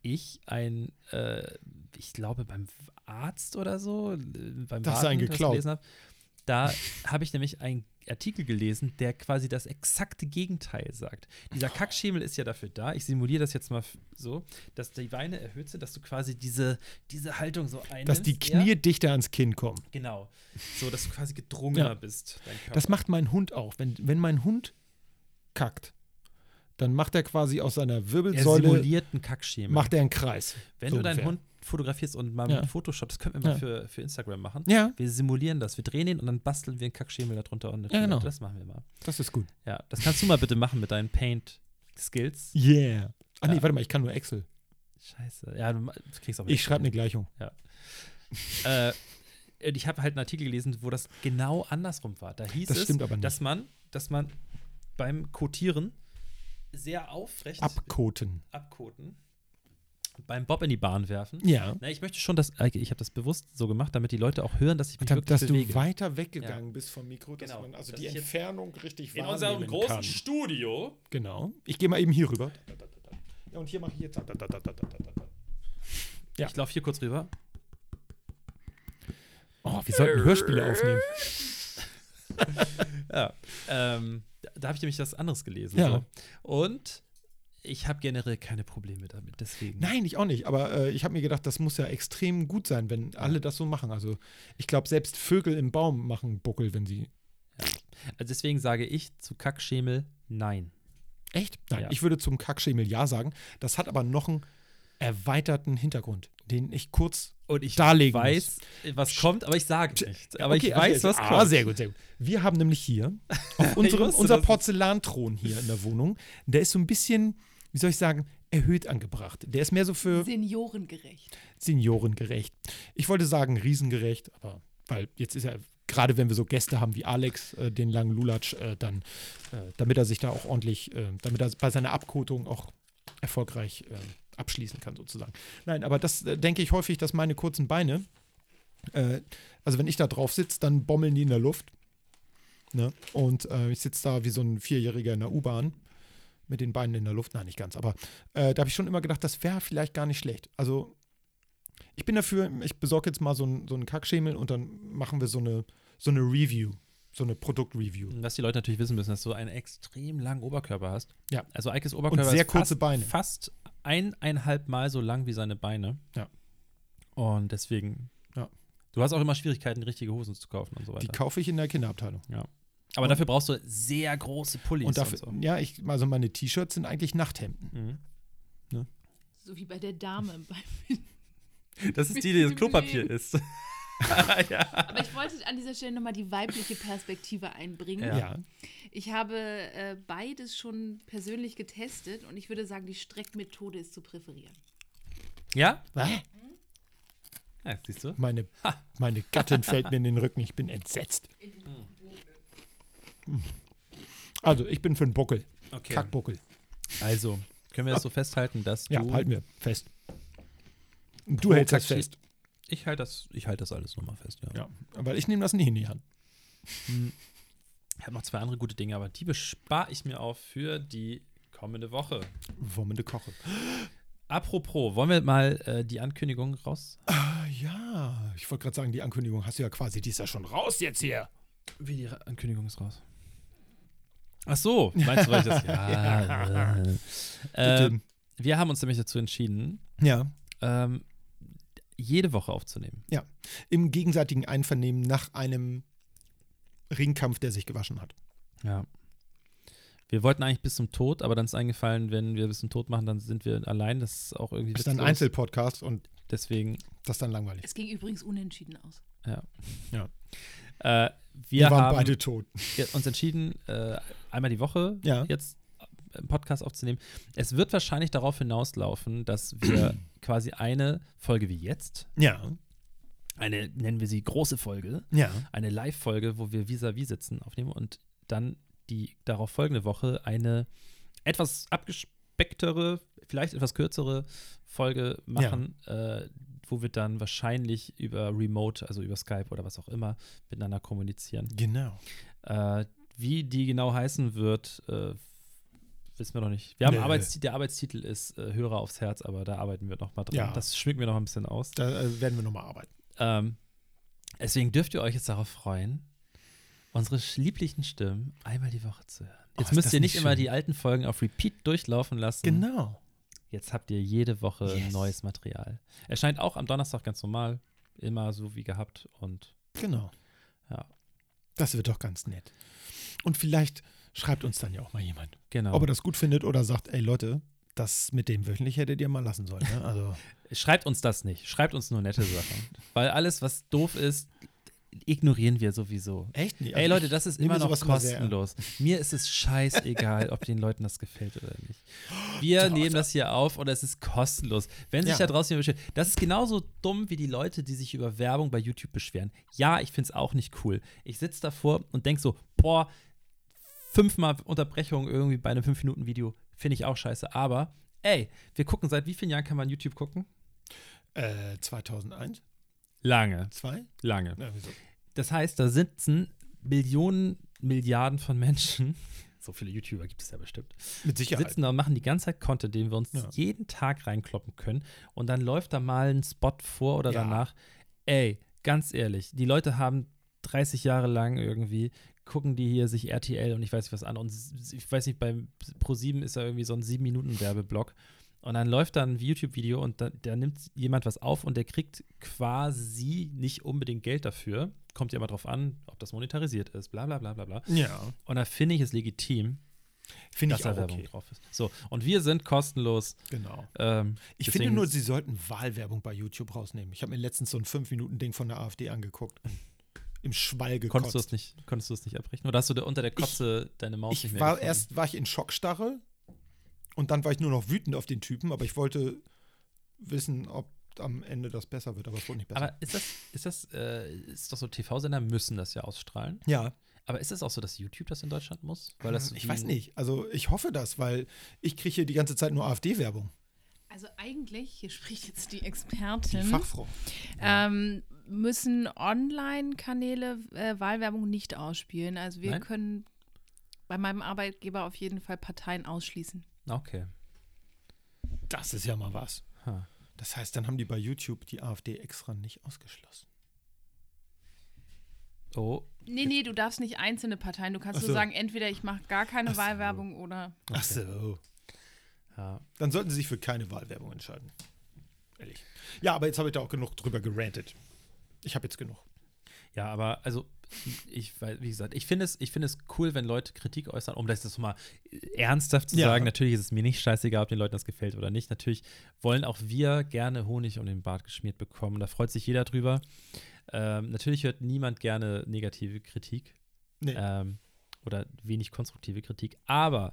C: ich ein, äh, ich glaube beim Arzt oder so, äh, beim
A: Das ist
C: Warten,
A: einen
C: was
A: geklaut.
C: gelesen habe, da habe ich nämlich einen Artikel gelesen, der quasi das exakte Gegenteil sagt. Dieser
A: Oh.
C: Kackschemel ist ja dafür da, ich simuliere das jetzt mal f- so, dass die Beine erhöht sind, dass du quasi diese, diese Haltung so einnimmst.
A: Dass die
C: ja?
A: Knie dichter ans Kinn kommen.
C: Genau. So, dass du quasi gedrungener
A: Ja.
C: bist. dein
A: Das
C: Körper.
A: macht mein Hund auch. Wenn, wenn mein Hund kackt, dann macht er quasi aus seiner
C: er
A: Wirbelsäule
C: simuliert einen Kackschemel.
A: macht er einen Kreis.
C: Wenn
A: So
C: du deinen
A: ungefähr.
C: Hund fotografierst und mal
A: Ja.
C: mit Photoshop, das könnten wir mal
A: Ja.
C: für, für Instagram machen.
A: Ja,
C: Wir simulieren das. Wir drehen ihn und dann basteln wir einen Kackschemel darunter und eine
A: Ja, genau.
C: Toilette. Das machen wir mal.
A: das ist gut.
C: Ja, das kannst du mal bitte machen mit deinen Paint-Skills.
A: Yeah. Ah nee,
C: Ja.
A: warte mal, ich kann nur Excel.
C: Scheiße. Ja, du ma- das kriegst auch
A: Ich schreibe eine Gleichung.
C: Äh, und ich habe halt einen Artikel gelesen, wo das genau andersrum war. Da hieß
A: Das
C: es,
A: stimmt aber nicht.
C: dass man, dass man beim Kotieren sehr aufrecht
A: Abkoten.
C: abkoten, beim Bob in die Bahn werfen.
A: Ja.
C: Na, ich möchte schon, dass äh, ich habe das bewusst so gemacht, damit die Leute auch hören, dass ich mich
A: Da,
C: wirklich
A: dass
C: bewege.
A: du weiter weggegangen bist vom Mikro, dass
C: Genau.
A: man also
C: Dass
A: die
C: ich jetzt
A: Entfernung richtig
C: in
A: wahrnehmen
C: unserem großen
A: kann.
C: Studio.
A: Genau. Ich gehe mal eben hier rüber. Ja, und hier mache ich jetzt. Ja.
C: Ich laufe hier kurz rüber.
A: Oh, wir sollten Hörspiele aufnehmen.
C: Ja. Ähm, da- da habe ich nämlich was anderes gelesen.
A: Ja.
C: So. Und ich habe generell keine Probleme damit, deswegen.
A: Nein, ich auch nicht. Aber äh, ich habe mir gedacht, das muss ja extrem gut sein, wenn alle das so machen. Also ich glaube, selbst Vögel im Baum machen Buckel, wenn sie.
C: Also deswegen sage ich zu Kackschemel nein.
A: Echt? Nein,
C: Ja.
A: ich würde zum Kackschemel ja sagen. Das hat aber noch einen erweiterten Hintergrund, den ich kurz.
C: Und ich
A: Darlegen
C: weiß, was kommt, aber ich sage nicht. Aber
A: Okay,
C: ich
A: also
C: weiß,
A: jetzt-
C: was
A: ah,
C: kommt.
A: Sehr gut, sehr gut. Wir haben nämlich hier auf unserem,
C: wusste,
A: unser
C: dass-
A: Porzellanthron hier in der Wohnung. Der ist so ein bisschen, wie soll ich sagen, erhöht angebracht. Der ist mehr so für
E: Seniorengerecht.
A: seniorengerecht. Ich wollte sagen riesengerecht, aber weil jetzt ist ja gerade wenn wir so Gäste haben wie Alex, äh, den langen Lulatsch, äh, dann, äh, damit er sich da auch ordentlich, äh, damit er bei seiner Abkotung auch erfolgreich äh, abschließen kann sozusagen. Nein, aber das äh, denke ich häufig, dass meine kurzen Beine, äh, also wenn ich da drauf sitze, dann bommeln die in der Luft. Ne? Und äh, ich sitze da wie so ein Vierjähriger in der U-Bahn mit den Beinen in der Luft. Nein, nicht ganz, aber äh, da habe ich schon immer gedacht, das wäre vielleicht gar nicht schlecht. Also ich bin dafür, ich besorge jetzt mal so einen, so einen Kackschemel und dann machen wir so eine, so eine Review, so eine Produktreview.
C: Was die Leute natürlich wissen müssen, dass du einen extrem langen Oberkörper hast.
A: Ja.
C: Also Eikes Oberkörper
A: Und sehr
C: ist
A: kurze
C: fast,
A: Beine.
C: fast eineinhalb Mal so lang wie seine Beine.
A: Ja.
C: Und deswegen.
A: Ja.
C: Du hast auch immer Schwierigkeiten, richtige Hosen zu kaufen und so
A: Die
C: weiter.
A: kaufe ich in der Kinderabteilung.
C: Aber dafür brauchst du sehr große Pullis
A: Und dafür,
C: so.
A: ja, ich, also meine T-Shirts sind eigentlich Nachthemden.
C: Mhm.
E: So wie bei der Dame. Bei-
C: Das ist die, die das
E: Mit
C: Klopapier
E: Leben.
C: ist. ja.
E: Aber ich wollte an dieser Stelle nochmal die weibliche Perspektive einbringen.
C: Ja.
E: Ich habe äh, beides schon persönlich getestet und ich würde sagen, die Streckmethode ist zu präferieren.
C: Ja?
A: Hä?
C: Ja, siehst du?
A: Meine, meine Gattin fällt mir in den Rücken, ich bin entsetzt. Also, ich bin für einen Buckel.
C: Okay.
A: Kackbuckel.
C: Also, können wir das so festhalten, dass
A: Ja, halt.
C: du.
A: halten wir fest. Und Du hältst das
C: Kacksche-
A: fest.
C: Ich halte das, ich halt das alles nochmal fest, ja.
A: Ja, aber ich nehme das nie in die Hand.
C: Ich habe noch zwei andere gute Dinge, aber die bespare ich mir auf für die kommende Woche.
A: Wommende Koche.
C: Apropos, wollen wir mal äh, die Ankündigung raus?
A: Ah, ja, ich wollte gerade sagen, die Ankündigung hast du ja quasi, die ist ja schon raus jetzt hier.
C: Wie die Ankündigung ist raus. Ach so, meinst du, weil ich das. ja. Äh,
A: Bitte.
C: wir haben uns nämlich dazu entschieden,
A: Ja.
C: ähm, jede Woche aufzunehmen.
A: Ja. Im gegenseitigen Einvernehmen nach einem Ringkampf, der sich gewaschen hat.
C: Ja. Wir wollten eigentlich bis zum Tod, aber dann ist eingefallen, wenn wir bis zum Tod machen, dann sind wir allein. Das ist auch irgendwie.
A: Das ist dann ein
C: witzlos.
A: Einzelpodcast und
C: Deswegen,
A: das ist dann langweilig.
E: Es ging übrigens unentschieden aus.
C: ja.
A: Ja.
C: Äh,
A: Wir
C: wir
A: waren
C: haben
A: beide tot.
C: ge- uns entschieden, äh, einmal die Woche
A: Ja.
C: jetzt äh, einen Podcast aufzunehmen. Es wird wahrscheinlich darauf hinauslaufen, dass wir quasi eine Folge wie jetzt,
A: Ja.
C: eine, nennen wir sie große Folge,
A: Ja.
C: eine Live-Folge, wo wir vis-à-vis sitzen, aufnehmen und dann die darauf folgende Woche eine etwas abgespecktere, vielleicht etwas kürzere Folge machen, äh, wo wir dann wahrscheinlich über Remote, also über Skype oder was auch immer, miteinander kommunizieren.
A: Genau.
C: Äh, wie die genau heißen wird, äh, wissen wir noch nicht. Wir haben
A: Nee.
C: Arbeitsti der Arbeitstitel ist äh, Hörer aufs Herz, aber da arbeiten wir noch mal dran.
A: Ja.
C: Das schmücken wir noch ein bisschen aus.
A: Da äh, werden wir nochmal arbeiten.
C: Ähm, deswegen dürft ihr euch jetzt darauf freuen, unsere sch- lieblichen Stimmen einmal die Woche zu hören.
A: Oh,
C: Jetzt
A: ist
C: müsst
A: das
C: ihr nicht
A: nicht
C: immer
A: schön.
C: die alten Folgen auf Repeat durchlaufen lassen.
A: Genau.
C: Jetzt habt ihr jede Woche
A: Yes.
C: neues Material. Erscheint auch am Donnerstag ganz normal. Immer so wie gehabt. Und
A: Genau.
C: Ja.
A: Das wird doch ganz nett. Und vielleicht schreibt uns dann ja auch mal jemand,
C: genau.
A: ob er das gut findet oder sagt, ey Leute, das mit dem wöchentlich hättet ihr mal lassen sollen. Ne? Also.
C: Schreibt uns das nicht. Schreibt uns nur nette Sachen. Weil alles, was doof ist, ignorieren wir sowieso.
A: Echt nicht.
C: Ey
A: Also
C: Leute,
A: ich
C: das ist
A: nehme
C: immer noch
A: sowas mal sehr ernst.
C: kostenlos. Mir ist es scheißegal, ob den Leuten das gefällt oder nicht. Wir nehmen das hier auf und es ist kostenlos. Wenn sich
A: Ja.
C: da draußen jemand beschwert, das ist genauso dumm wie die Leute, die sich über Werbung bei YouTube beschweren. Ja, ich finde es auch nicht cool. Ich sitze davor und denke so, boah, fünfmal Unterbrechung irgendwie bei einem 5-Minuten-Video finde ich auch scheiße. Aber, ey, wir gucken, seit wie vielen Jahren kann man YouTube gucken?
A: Äh, 2001?
C: Lange,
A: 2?
C: lange.
A: Na, wieso?
C: Das heißt, da sitzen Millionen, Milliarden von Menschen. So viele YouTuber gibt es ja bestimmt.
A: Mit Sicherheit.
C: Sitzen da und machen die ganze Zeit Content, den wir uns
A: halt. Ja.
C: jeden Tag reinkloppen können. Und dann läuft da mal ein Spot vor oder
A: Ja.
C: danach. Ey, ganz ehrlich, die Leute haben 30 Jahre lang irgendwie gucken die hier sich RTL und ich weiß nicht was an. Und s- ich weiß nicht, beim Pro7 ist da irgendwie so ein 7-Minuten-Werbeblock. Und dann läuft dann ein YouTube-Video und da, da nimmt jemand was auf und der kriegt quasi nicht unbedingt Geld dafür. Kommt ja immer drauf an, ob das monetarisiert ist, bla bla bla bla bla.
A: Ja.
C: Und da finde ich es legitim,
A: Finde
C: dass
A: ich
C: da
A: auch
C: Werbung
A: okay.
C: drauf ist. So, und wir sind kostenlos.
A: Genau.
C: Ähm,
A: Ich
C: deswegen-
A: finde nur, sie sollten Wahlwerbung bei YouTube rausnehmen. Ich habe mir letztens so ein 5-Minuten-Ding von der AfD angeguckt. Im Schwall gekotzt.
C: konntest du es nicht, konntest du es nicht abbrechen? Oder hast du da unter der Kotze deine Maus nicht
A: ich
C: mehr
A: war
C: gefunden?
A: erst war ich in Schockstarre und dann war ich nur noch wütend auf den Typen, aber ich wollte wissen, ob am Ende das besser wird, aber es wurde nicht besser.
C: Aber ist das, ist das, äh, ist doch so, TV-Sender müssen das ja ausstrahlen.
A: ja,
C: Aber ist das auch so, dass YouTube das in Deutschland muss? Weil
A: weil
C: das
A: ich
C: wie-
A: weiß nicht. Also ich hoffe das, weil ich kriege hier die ganze Zeit nur AfD-Werbung.
E: Also eigentlich, hier spricht jetzt die
A: Die
E: Expertin,
A: Fachfrau.
E: ähm, müssen Online-Kanäle äh, Wahlwerbung nicht ausspielen. Also wir
C: Nein?
E: können bei meinem Arbeitgeber auf jeden Fall Parteien ausschließen.
C: Okay.
A: Das ist ja mal was.
C: Ha.
A: Das heißt, dann haben die bei YouTube die AfD extra nicht ausgeschlossen.
C: Oh,
E: Nee, nee, du darfst nicht einzelne Parteien. Du kannst
A: Ach
E: nur
A: so.
E: sagen, entweder ich mache gar keine Wahlwerbung oder
A: Ach so.
C: ja.
A: Dann sollten sie sich für keine Wahlwerbung entscheiden. Ehrlich. Ja, aber jetzt habe ich da auch genug drüber gerantet. Ich habe jetzt genug.
C: Ja, aber also ich weiß, wie gesagt, ich finde es, ich finde es cool, wenn Leute Kritik äußern, um das jetzt mal ernsthaft zu
A: Ja.
C: sagen. Natürlich ist es mir nicht scheißegal, ob den Leuten das gefällt oder nicht. Natürlich wollen auch wir gerne Honig um den Bart geschmiert bekommen. Da freut sich jeder drüber. Ähm, natürlich hört niemand gerne negative Kritik
A: Nee.
C: ähm, oder wenig konstruktive Kritik, aber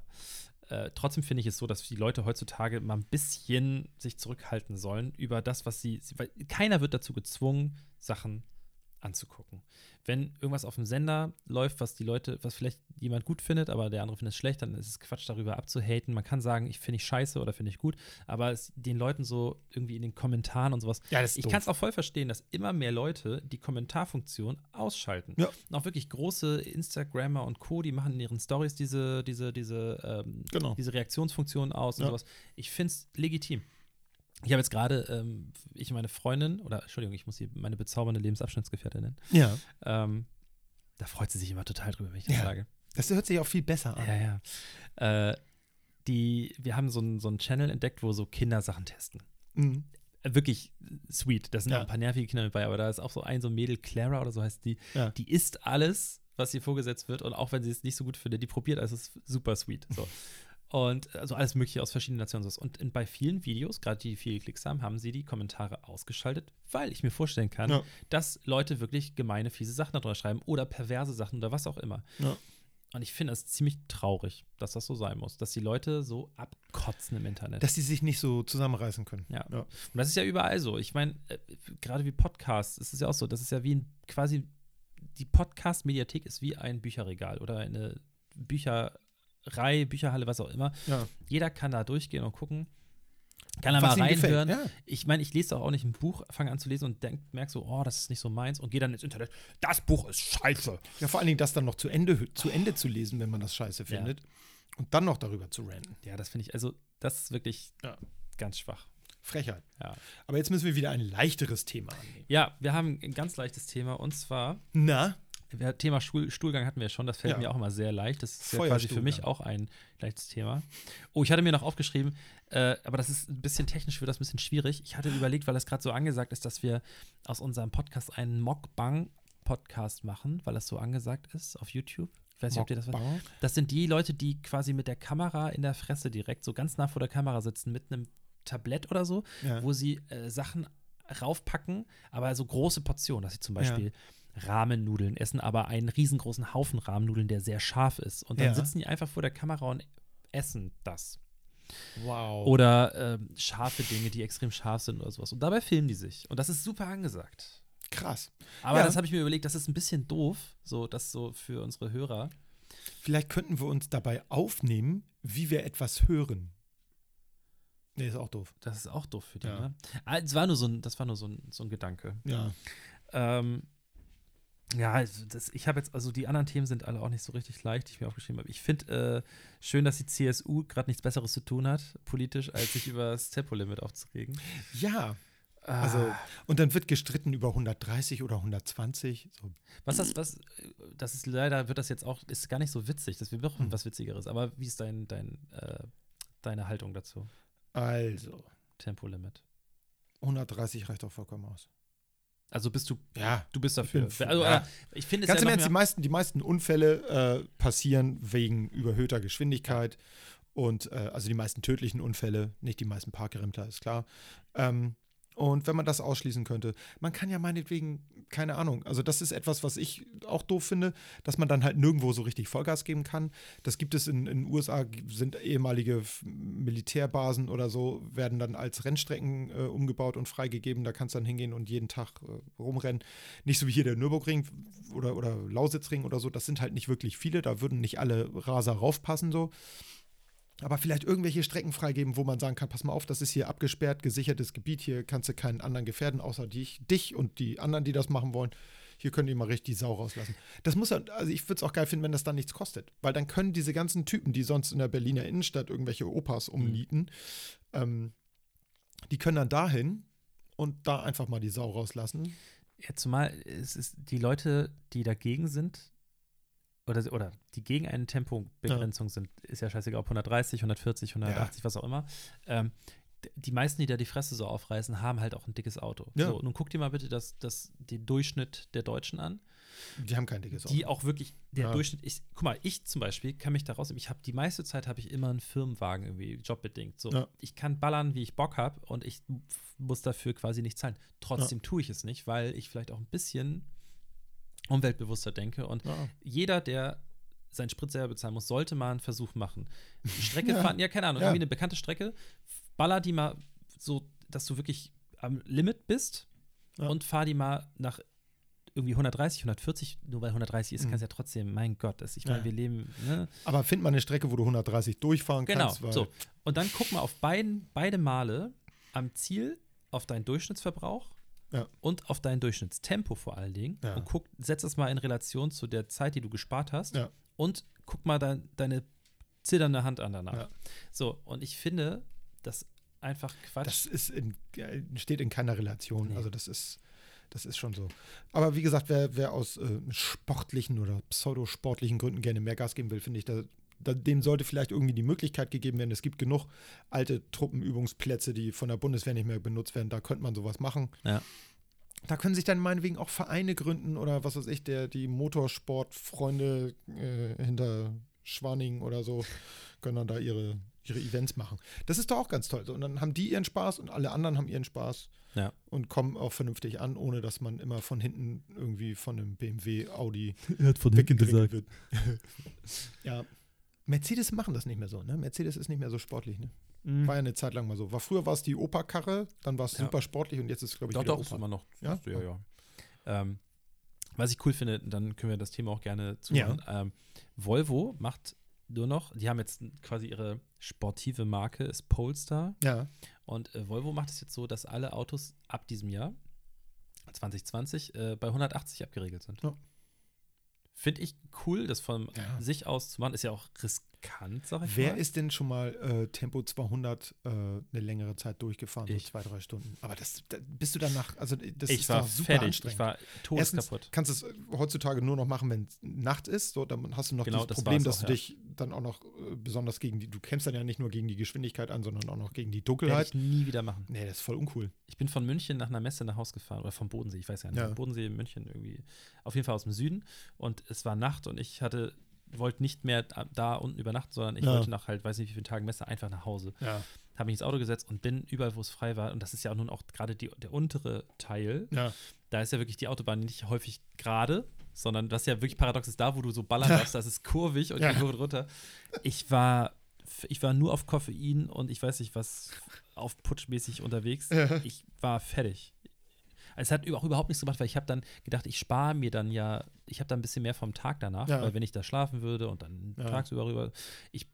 C: äh, trotzdem finde ich es so, dass die Leute heutzutage mal ein bisschen sich zurückhalten sollen über das, was sie, sie weil keiner wird dazu gezwungen, Sachen anzugucken. Wenn irgendwas auf dem Sender läuft, was die Leute, was vielleicht jemand gut findet, aber der andere findet es schlecht, dann ist es Quatsch, darüber abzuhaten. Man kann sagen, ich finde ich scheiße oder finde ich gut, aber es, den Leuten so irgendwie in den Kommentaren und sowas.
A: Ja, das ist
C: ich
A: doof.
C: kann es auch voll verstehen, dass immer mehr Leute die Kommentarfunktion ausschalten.
A: Ja.
C: Und auch wirklich große Instagrammer und Co., die machen in ihren Stories diese, diese, diese, ähm,
A: Genau.
C: diese Reaktionsfunktion aus und
A: Ja.
C: sowas. Ich finde es legitim. Ich habe jetzt gerade, ähm, ich und meine Freundin, oder Entschuldigung, ich muss sie meine bezaubernde Lebensabschnittsgefährtin nennen.
A: Ja.
C: Ähm, da freut sie sich immer total drüber, wenn ich das
A: Ja. Ah.
C: sage.
A: Das hört sich auch viel besser an.
C: Ja, ja. Äh, die, wir haben so einen so einen Channel entdeckt, wo so Kindersachen testen.
A: Mhm.
C: Äh, Wirklich sweet. Da sind
A: Ja.
C: auch ein paar nervige Kinder mit bei, aber da ist auch so ein, so ein Mädel, Clara oder so heißt die,
A: Ja.
C: die isst alles, was ihr vorgesetzt wird und auch wenn sie es nicht so gut findet, die probiert alles, ist super sweet. So. Und also alles Mögliche aus verschiedenen Nationen. und sowas. Und in, bei vielen Videos, gerade die viele Klicks haben, haben sie die Kommentare ausgeschaltet, weil ich mir vorstellen kann,
A: Ja.
C: dass Leute wirklich gemeine, fiese Sachen darüber schreiben oder perverse Sachen oder was auch immer.
A: Ja.
C: Und ich finde das ziemlich traurig, dass das so sein muss, dass die Leute so abkotzen im Internet.
A: Dass die sich nicht so zusammenreißen können.
C: ja.
A: Ja.
C: Und das ist ja überall so. Ich meine, äh, gerade wie Podcasts, ist es ja auch so. Das ist ja wie ein quasi, die Podcast-Mediathek ist wie ein Bücherregal oder eine Bücherei, Bücherhalle, was auch immer.
A: Ja.
C: Jeder kann da durchgehen und gucken. Kann da
A: Was
C: mal
A: ihnen gefällt,
C: reinhören.
A: ja.
C: Ich meine, ich lese doch auch nicht ein Buch, fange an zu lesen und denk, merk so, oh, das ist nicht so meins und gehe dann ins Internet. Das Buch ist scheiße.
A: ja, vor allen Dingen das dann noch zu Ende, zu Ende zu lesen, wenn man das scheiße findet. Und dann noch darüber zu ranten.
C: Ja, das finde ich, also, das ist wirklich
A: Ja.
C: ganz schwach.
A: Frechheit.
C: Ja.
A: Aber jetzt müssen wir wieder ein leichteres Thema annehmen.
C: ja, wir haben ein ganz leichtes Thema und zwar
A: Na?
C: Ja, Thema Stuhl, Stuhlgang hatten wir ja schon, das fällt
A: Ja.
C: mir auch immer sehr leicht. Das ist ja quasi
A: Feuerstuhlgang.
C: für mich auch ein leichtes Thema. Oh, ich hatte mir noch aufgeschrieben, äh, aber das ist ein bisschen technisch, wird das ein bisschen schwierig. Ich hatte überlegt, weil das gerade so angesagt ist, dass wir aus unserem Podcast einen Mockbang-Podcast machen, weil das so angesagt ist auf YouTube. Ich weiß nicht, ob ihr das
A: Mockbang?
C: Das sind die Leute, die quasi mit der Kamera in der Fresse direkt so ganz nah vor der Kamera sitzen, mit einem Tablett oder so,
A: Ja.
C: wo sie äh, Sachen raufpacken, aber so große Portionen, dass sie zum Beispiel Rahmennudeln essen, aber einen riesengroßen Haufen Rahmennudeln, der sehr scharf ist. Und dann
A: Ja.
C: sitzen die einfach vor der Kamera und essen das.
A: Wow.
C: Oder ähm, scharfe Dinge, die extrem scharf sind oder sowas. Und dabei filmen die sich. Und das ist super angesagt.
A: Krass.
C: Aber
A: Ja.
C: das habe ich mir überlegt, das ist ein bisschen doof, so das so für unsere Hörer.
A: Vielleicht könnten wir uns dabei aufnehmen, wie wir etwas hören. Nee, ist auch doof.
C: Das ist auch doof für die,
A: Ja.
C: ne? Ah, Es war nur so ein, das war nur so ein, so ein Gedanke.
A: Ja.
C: Ähm, ja, also das, ich habe jetzt, also die anderen Themen sind alle auch nicht so richtig leicht, die ich mir aufgeschrieben habe. Ich finde äh, schön, dass die CSU gerade nichts Besseres zu tun hat, politisch, als sich über das Tempolimit aufzuregen.
A: Ja. Also,
C: Ah.
A: und dann wird gestritten über 130 oder 120. So.
C: Was das, was, das ist leider, wird das jetzt auch, ist gar nicht so witzig. Das, wir brauchen
A: Hm.
C: was Witzigeres. Aber wie ist dein, dein, äh, deine Haltung dazu?
A: Also,
C: Tempolimit.
A: 130 reicht auch vollkommen aus.
C: Also bist du,
A: Ja.
C: du bist dafür.
A: bin für-
C: also,
A: ja.
C: äh, ich finde es
A: Ganz im
C: einfach
A: Ernst, die meisten, die meisten Unfälle äh, passieren wegen überhöhter Geschwindigkeit und äh, also die meisten tödlichen Unfälle, nicht die meisten Parkrempler, ist klar. Ähm, und wenn man das ausschließen könnte, man kann ja meinetwegen, keine Ahnung, also das ist etwas, was ich auch doof finde, dass man dann halt nirgendwo so richtig Vollgas geben kann. Das gibt es in den USA, g- sind ehemalige F- Militärbasen oder so, werden dann als Rennstrecken äh, umgebaut und freigegeben. Da kannst du dann hingehen und jeden Tag äh, rumrennen. Nicht so wie hier der Nürburgring oder, oder Lausitzring oder so, das sind halt nicht wirklich viele, da würden nicht alle Raser raufpassen so. Aber vielleicht irgendwelche Strecken freigeben, wo man sagen kann, pass mal auf, das ist hier abgesperrt, gesichertes Gebiet, hier kannst du keinen anderen gefährden, außer dich, dich und die anderen, die das machen wollen. Hier können die mal richtig die Sau rauslassen. Das muss ja, also ich würde es auch geil finden, wenn das dann nichts kostet. Weil dann können diese ganzen Typen, die sonst in der Berliner Innenstadt irgendwelche Opas
C: Mhm.
A: umnieten, ähm, die können dann dahin und da einfach mal die Sau rauslassen.
C: Ja, zumal es ist die Leute, die dagegen sind oder, oder die gegen eine Tempobegrenzung sind, ist ja scheißegal, ob 130, 140, 180, was auch immer. Ähm, d- die meisten, die da die Fresse so aufreißen, haben halt auch ein dickes Auto.
A: Ja.
C: So, nun guck dir mal bitte das, das, den Durchschnitt der Deutschen an
A: Die haben kein dickes Auto.
C: die auch wirklich der
A: Ja.
C: Durchschnitt. Ich, guck mal, ich zum Beispiel kann mich daraus. Ich habe die meiste Zeit habe ich immer einen Firmenwagen irgendwie jobbedingt. So,
A: Ja.
C: ich kann ballern, wie ich Bock habe und ich f- muss dafür quasi nicht zahlen. Trotzdem tue ich es nicht, weil ich vielleicht auch ein bisschen umweltbewusster denke und
A: Ja.
C: jeder, der seinen Sprit selber bezahlen muss, sollte mal einen Versuch machen. Die Strecke
A: Ja.
C: fahren, ja, keine Ahnung,
A: Ja.
C: irgendwie eine bekannte Strecke, baller die mal so, dass du wirklich am Limit bist
A: Ja.
C: und fahr die mal nach irgendwie 130, 140, nur weil 130 ist, kannst du ja trotzdem, mein Gott, das, ich meine,
A: Mhm. Ja.
C: wir leben, ne?
A: Aber find mal eine Strecke, wo du 130 durchfahren
C: Genau,
A: kannst. Weil
C: so. Und dann guck mal auf beiden, beide Male am Ziel auf deinen Durchschnittsverbrauch
A: Ja.
C: und auf dein Durchschnittstempo vor allen Dingen
A: Ja.
C: und guck, setz das mal in Relation zu der Zeit, die du gespart hast
A: Ja.
C: und guck mal dein, deine zitternde Hand an danach.
A: Ja.
C: So, und ich finde, das einfach Quatsch.
A: Das ist in, äh, steht in keiner Relation.
C: Nee.
A: Also das ist, das ist schon so. Aber wie gesagt, wer, wer aus äh, sportlichen oder pseudosportlichen Gründen gerne mehr Gas geben will, finde ich, da, da, dem sollte vielleicht irgendwie die Möglichkeit gegeben werden. Es gibt genug alte Truppenübungsplätze, die von der Bundeswehr nicht mehr benutzt werden. Da könnte man sowas machen.
C: Ja.
A: Da können sich dann meinetwegen auch Vereine gründen oder was weiß ich, der, die Motorsportfreunde äh, hinter Schwanning oder so können dann da ihre, ihre Events machen. Das ist doch auch ganz toll. So, Und dann haben die ihren Spaß und alle anderen haben ihren Spaß
C: Ja.
A: und kommen auch vernünftig an, ohne dass man immer von hinten irgendwie von einem BMW, Audi
C: Er hat von
A: weggedrängt wird. ja. Mercedes machen das nicht mehr so, ne? Mercedes ist nicht mehr so sportlich, ne? War ja eine Zeit lang mal so. War früher war es die Opa-Karre, dann war es
C: Mhm. Ja.
A: super sportlich und jetzt ist es, glaube ich,
C: Doch,
A: wieder
C: doch, ist
A: Opa.
C: immer noch.
A: Ja?
C: ja, ja. Ähm, was ich cool finde, dann können wir das Thema auch gerne zumachen. Ähm, Volvo macht nur noch, die haben jetzt quasi ihre sportive Marke, ist Polestar.
A: Ja,
C: Und äh, Volvo macht es jetzt so, dass alle Autos ab diesem Jahr, 2020, äh, bei 180 abgeregelt sind.
A: Ja.
C: Finde ich cool, das von
A: Ja.
C: sich aus zu machen. Ist ja auch riskant, sag ich
A: Wer
C: mal.
A: ist denn schon mal äh, Tempo 200 äh, eine längere Zeit durchgefahren,
C: Ich.
A: so zwei, drei Stunden? Aber das, da, bist du danach, also das
C: ich
A: ist
C: war
A: doch super
C: fertig.
A: anstrengend.
C: Ich war
A: Erstens
C: todeskaputt.
A: kannst du es äh, heutzutage nur noch machen, wenn es Nacht ist. So, dann hast du noch
C: Genau,
A: das
C: das
A: Problem,
C: war's
A: dass
C: auch,
A: du
C: ja.
A: dich dann auch noch äh, besonders gegen die, du kämpfst dann ja nicht nur gegen die Geschwindigkeit an, sondern auch noch gegen die
C: Werde
A: Dunkelheit.
C: ich nie wieder machen.
A: Nee, das ist voll uncool.
C: Ich bin von München nach einer Messe nach Haus gefahren oder vom Bodensee, ich weiß ja nicht.
A: Ja.
C: Bodensee, München irgendwie. Auf jeden Fall aus dem Süden. Und es war Nacht und ich hatte, wollte nicht mehr da- da unten übernachten, sondern ich
A: Ja.
C: wollte nach halt, weiß nicht wie vielen Tagen Messe, einfach nach Hause.
A: Ja.
C: Habe mich ins Auto gesetzt und bin überall, wo es frei war. Und das ist ja nun auch gerade die- der untere Teil.
A: Ja.
C: Da ist ja wirklich die Autobahn nicht häufig gerade, sondern das ist ja wirklich paradox ist, da wo du so ballern darfst, das ist kurvig und
A: Ja.
C: die Kurve runter. Ich war, ich war nur auf Koffein und ich weiß nicht was, aufputschmäßig unterwegs. Ich war fertig. Es hat auch überhaupt nichts gemacht, weil ich habe dann gedacht, ich spare mir dann ja, ich habe dann ein bisschen mehr vom Tag danach,
A: Ja.
C: weil wenn ich da schlafen würde und dann
A: Ja.
C: tagsüber rüber, ich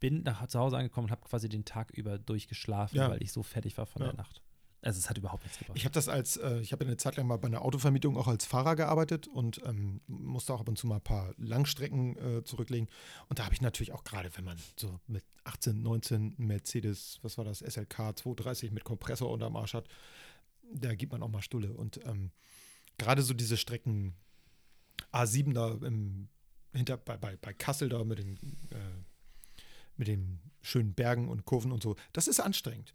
C: bin nach zu Hause angekommen und habe quasi den Tag über durchgeschlafen,
A: Ja.
C: weil ich so fertig war von
A: Ja.
C: der Nacht. Also es hat überhaupt nichts gebracht.
A: Ich habe das als, äh, ich habe eine Zeit lang mal bei einer Autovermietung auch als Fahrer gearbeitet und ähm, musste auch ab und zu mal ein paar Langstrecken äh, zurücklegen. Und da habe ich natürlich auch gerade, wenn man so mit 18, 19 einen Mercedes, was war das, SLK 230 mit Kompressor unterm Arsch hat, da gibt man auch mal Stulle. Und ähm, gerade so diese Strecken A7 da im, hinter, bei, bei, bei Kassel da mit den, äh, mit den schönen Bergen und Kurven und so, das ist anstrengend.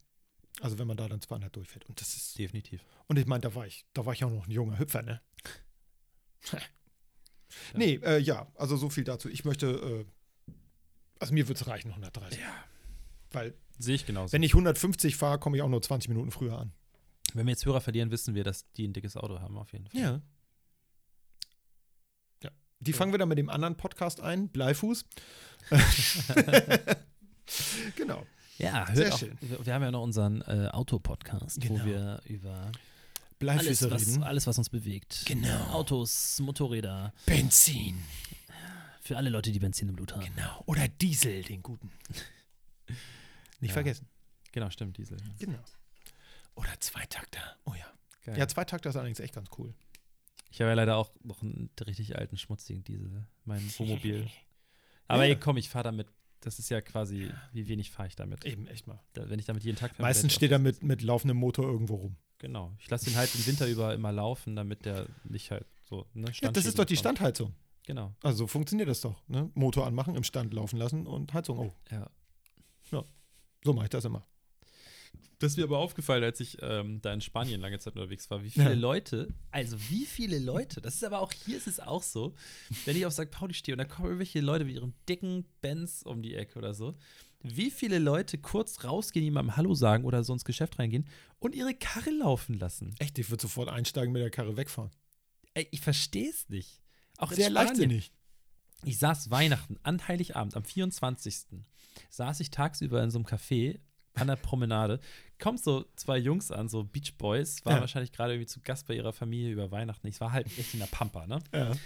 A: Also wenn man da dann zweieinhalb durchfährt. Und das ist.
C: Definitiv.
A: Und ich meine, da war ich, da war ich auch noch ein junger Hüpfer, ne? nee, äh, ja, also so viel dazu. Ich möchte, äh, also mir würde es reichen, 130. Ja. Weil,
C: Sehe ich genauso.
A: wenn ich 150 fahre, komme ich auch nur 20 Minuten früher an.
C: Wenn wir jetzt Hörer verlieren, wissen wir, dass die ein dickes Auto haben, auf jeden Fall.
A: Ja. Ja. Die fangen wir dann mit dem anderen Podcast ein, Bleifuß. genau.
C: Ja, hört
A: Sehr
C: auch,
A: schön.
C: Wir wir haben ja noch unseren äh, Autopodcast,
A: Genau.
C: wo wir über
A: Bleifüße
G: Alles was,
A: reden.
G: alles, was uns bewegt.
A: Genau.
G: Autos, Motorräder.
A: Benzin.
G: Für alle Leute, die Benzin im Blut haben.
A: Genau. Oder Diesel, den guten. Nicht
C: Ja.
A: vergessen.
C: Genau, stimmt, Diesel.
A: Genau. Oder Zweitakter. Oh ja.
C: Geil.
A: Ja, Zweitakter ist allerdings echt ganz cool.
C: Ich habe ja leider auch noch einen richtig alten, schmutzigen Diesel, mein Wohnmobil. Aber
A: Ja.
C: ey, komm, ich fahre damit. Das ist ja quasi, wie wenig fahre ich damit?
A: Eben, echt mal.
C: Da, wenn ich damit jeden Tag fahre.
A: Meistens steht er mit, mit laufendem Motor irgendwo rum.
C: Genau. Ich lasse den halt den Winter über immer laufen, damit der nicht halt so. Ne,
A: Ja, das ist doch die
C: Stand.
A: Standheizung.
C: Genau.
A: Also so funktioniert das doch. Ne? Motor anmachen, im Stand laufen lassen und Heizung. Oh,
C: Ja.
A: so mache ich das immer.
C: Das ist mir aber aufgefallen, als ich ähm, da in Spanien lange Zeit unterwegs war, wie viele
A: Ja.
C: Leute, also wie viele Leute, das ist aber auch hier ist es auch so, wenn ich auf St. Pauli stehe und da kommen irgendwelche Leute mit ihren dicken Benz um die Ecke oder so, wie viele Leute kurz rausgehen, jemandem Hallo sagen oder so ins Geschäft reingehen und ihre Karre laufen lassen.
A: Echt, ich würde sofort einsteigen, mit der Karre wegfahren.
C: Ey, ich verstehe es nicht. Auch in
A: Sehr
C: Spanien.
A: leichtsinnig.
C: Ich saß Weihnachten, an Heiligabend, am 24. saß ich tagsüber in so einem Café an der Promenade. Kommt so zwei Jungs an, so Beach Boys, waren
A: Ja.
C: wahrscheinlich gerade irgendwie zu Gast bei ihrer Familie über Weihnachten. Ich war halt echt in der Pampa, ne?
A: Ja.
C: Und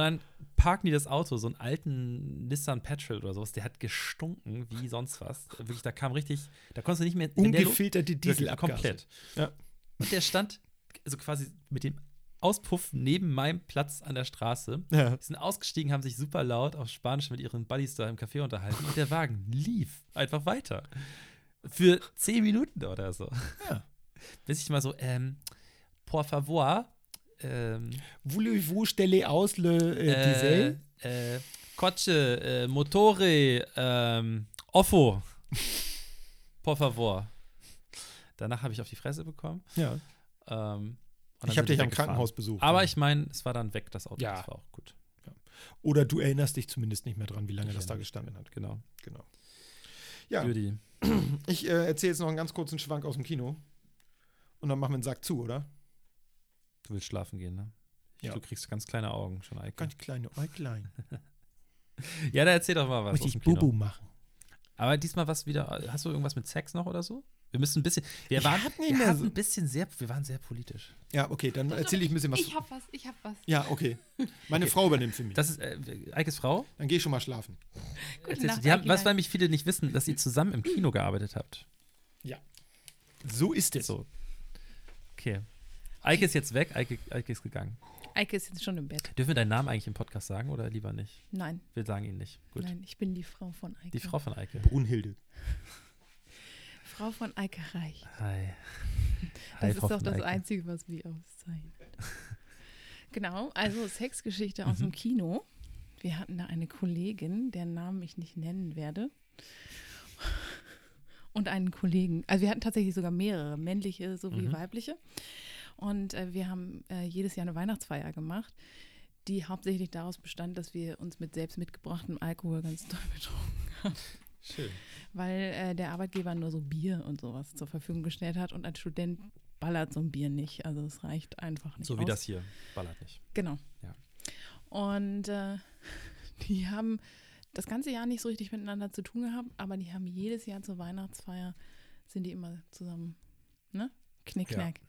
C: dann parken die das Auto, so einen alten Nissan Patrol oder sowas, der hat gestunken wie sonst was. Wirklich, da kam richtig, da konntest du nicht mehr. wenn der lo-
A: Ungefilterte
C: Wirklich,
A: Diesel
C: Komplett.
A: Ja.
C: Und der stand also quasi mit dem Auspuff neben meinem Platz an der Straße.
A: Ja.
C: Die sind ausgestiegen, haben sich super laut auf Spanisch mit ihren Buddies da im Café unterhalten und der Wagen lief einfach weiter. Für zehn Minuten oder so.
A: Ja.
C: Bis ich mal so, ähm, por favor, ähm,
A: Voulez-vous stelle aus le äh, Diesel?
C: äh, äh, Kotsche, äh, Motore, ähm, Offo. por favor. Danach habe ich auf die Fresse bekommen.
A: Ja.
C: Ähm, und dann
A: Ich habe
C: sind die
A: dich am
C: weggefahren.
A: Krankenhaus besucht.
C: Aber ich meine, es war dann weg, das Auto.
A: Ja.
C: Das war auch gut.
A: Oder du erinnerst dich zumindest nicht mehr dran, wie lange
C: Ich
A: das da
C: erinnere mich
A: gestanden hat.
C: Genau.
A: Genau. Ja,
C: Judy.
A: ich äh, erzähle jetzt noch einen ganz kurzen Schwank aus dem Kino. Und dann machen wir den Sack zu, oder?
C: Du willst schlafen gehen, ne? Ich-
A: Ja.
C: Du kriegst ganz kleine Augen schon, Eike.
A: Ganz kleine Äuglein.
C: Ja, da erzähl doch mal was. Aus
A: Richtig
C: dem Kino.
A: Bubu machen.
C: Aber diesmal was wieder. Hast du irgendwas mit Sex noch oder so? Wir müssen ein bisschen. Wir
A: Ich
C: waren,
A: hab nicht
C: wir
A: mehr
C: hatten
A: so-
C: ein bisschen sehr. Wir waren sehr politisch.
A: Ja, okay, dann erzähle ich ein bisschen was.
E: Ich hab was, ich hab was.
A: ja, okay. Meine Frau übernimmt für mich.
C: Das ist äh, Eikes Frau.
A: dann geh ich schon mal schlafen.
E: Gute
C: Erzählst du-
E: Nacht,
C: Die haben, was, weil
E: Eikelein.
C: mich viele nicht wissen, dass ihr zusammen im Kino gearbeitet habt.
A: Ja. So ist es.
C: So. Okay. Eike ist jetzt weg. Eike, Eike ist gegangen.
E: Eike ist jetzt schon im Bett.
C: Dürfen wir deinen Namen eigentlich im Podcast sagen oder lieber nicht?
E: Nein,
C: Wir sagen ihn nicht. Gut.
E: nein, ich bin die Frau von Eike.
C: Die Frau von Eike.
A: Brunhilde.
E: Frau von Eike Reich.
C: Hi. Halt
E: Das ist doch das
C: Eike.
E: Einzige, was mich auszeichnet. genau, also Sexgeschichte aus dem Kino. Wir hatten da eine Kollegin, deren Namen ich nicht nennen werde. Und einen Kollegen. Also wir hatten tatsächlich sogar mehrere, männliche sowie weibliche. Und äh, wir haben äh, jedes Jahr eine Weihnachtsfeier gemacht, die hauptsächlich daraus bestand, dass wir uns mit selbst mitgebrachtem Alkohol ganz doll betrunken haben
C: Schön.
E: weil äh, der Arbeitgeber nur so Bier und sowas zur Verfügung gestellt hat und ein Student ballert so ein Bier nicht. Also es reicht einfach nicht.
C: So wie
E: aus.
C: das hier. Ballert nicht.
E: Genau.
C: Ja.
E: Und äh, die haben das ganze Jahr nicht so richtig miteinander zu tun gehabt, aber die haben jedes Jahr zur Weihnachtsfeier sind die immer zusammen. Ne?
C: Ja.
E: Knickknack.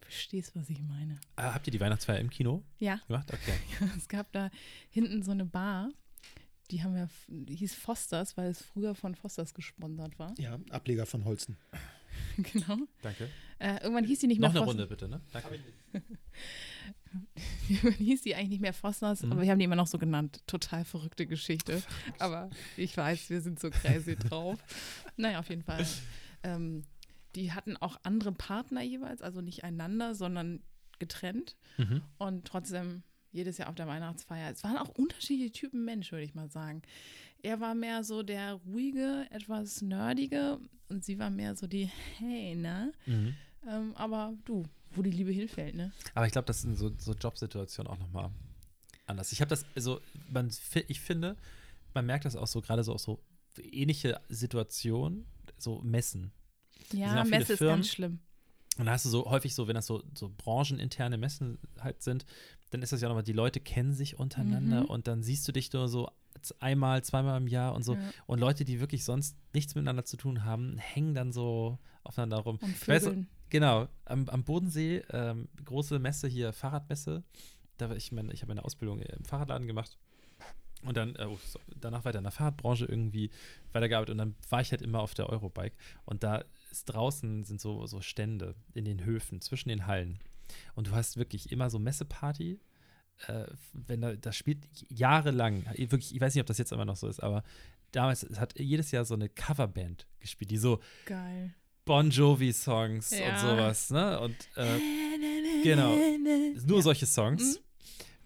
E: Verstehst, was ich meine?
C: Äh, habt ihr die Weihnachtsfeier im Kino
E: Ja.
C: gemacht? Okay.
E: Es gab da hinten so eine Bar, die haben wir, f- die hieß Fosters, weil es früher von Fosters gesponsert war.
A: Ja, Ableger von Holzen.
E: genau.
C: Danke.
E: Äh, irgendwann hieß die nicht
C: Noch
E: mehr
C: eine
E: Fosters.
C: Runde bitte, ne? Danke.
E: Irgendwann hieß die eigentlich nicht mehr Fosters,
C: Mhm.
E: aber wir haben die immer noch so genannt. Total verrückte Geschichte. Aber ich weiß, wir sind so crazy drauf. Naja, auf jeden Fall. Ähm, Die hatten auch andere Partner jeweils, also nicht einander, sondern getrennt.
C: Mhm.
E: Und trotzdem jedes Jahr auf der Weihnachtsfeier. Es waren auch unterschiedliche Typen Mensch, würde ich mal sagen. Er war mehr so der ruhige, etwas nerdige und sie war mehr so die, hey, ne?
C: Mhm.
E: Ähm, aber du, wo die Liebe hinfällt, ne?
C: Aber ich glaube, das sind so, so Jobsituationen auch nochmal anders. Ich habe das, also man, fi- ich finde, man merkt das auch so, gerade so auch so ähnliche Situationen, so Messen. sind auch
E: Ja,
C: viele
E: Messe ist
C: Firmen.
E: ganz schlimm.
C: Und da hast du so häufig so, wenn das so, so brancheninterne Messen halt sind, dann ist das ja nochmal, die Leute kennen sich untereinander
E: Mhm.
C: und dann siehst du dich nur so z- einmal, zweimal im Jahr und so.
E: Ja.
C: Und Leute, die wirklich sonst nichts miteinander zu tun haben, hängen dann so aufeinander rum.
E: Und
C: Ich weiß,
E: Vögeln.
C: Genau, am, am Bodensee, ähm, große Messe hier, Fahrradmesse. Da war ich meine, ich habe meine Ausbildung im Fahrradladen gemacht und dann äh, oh, so- danach weiter in der Fahrradbranche irgendwie weitergearbeitet und dann war ich halt immer auf der Eurobike und da ist draußen sind so, so Stände in den Höfen zwischen den Hallen und du hast wirklich immer so Messeparty. Äh, wenn da, das spielt jahrelang, wirklich, ich weiß nicht, ob das jetzt immer noch so ist, aber damals es hat jedes Jahr so eine Coverband gespielt, die so
E: Geil.
C: Bon Jovi-Songs und
E: Ja.
C: sowas, ne? Und äh, genau, nur solche Songs.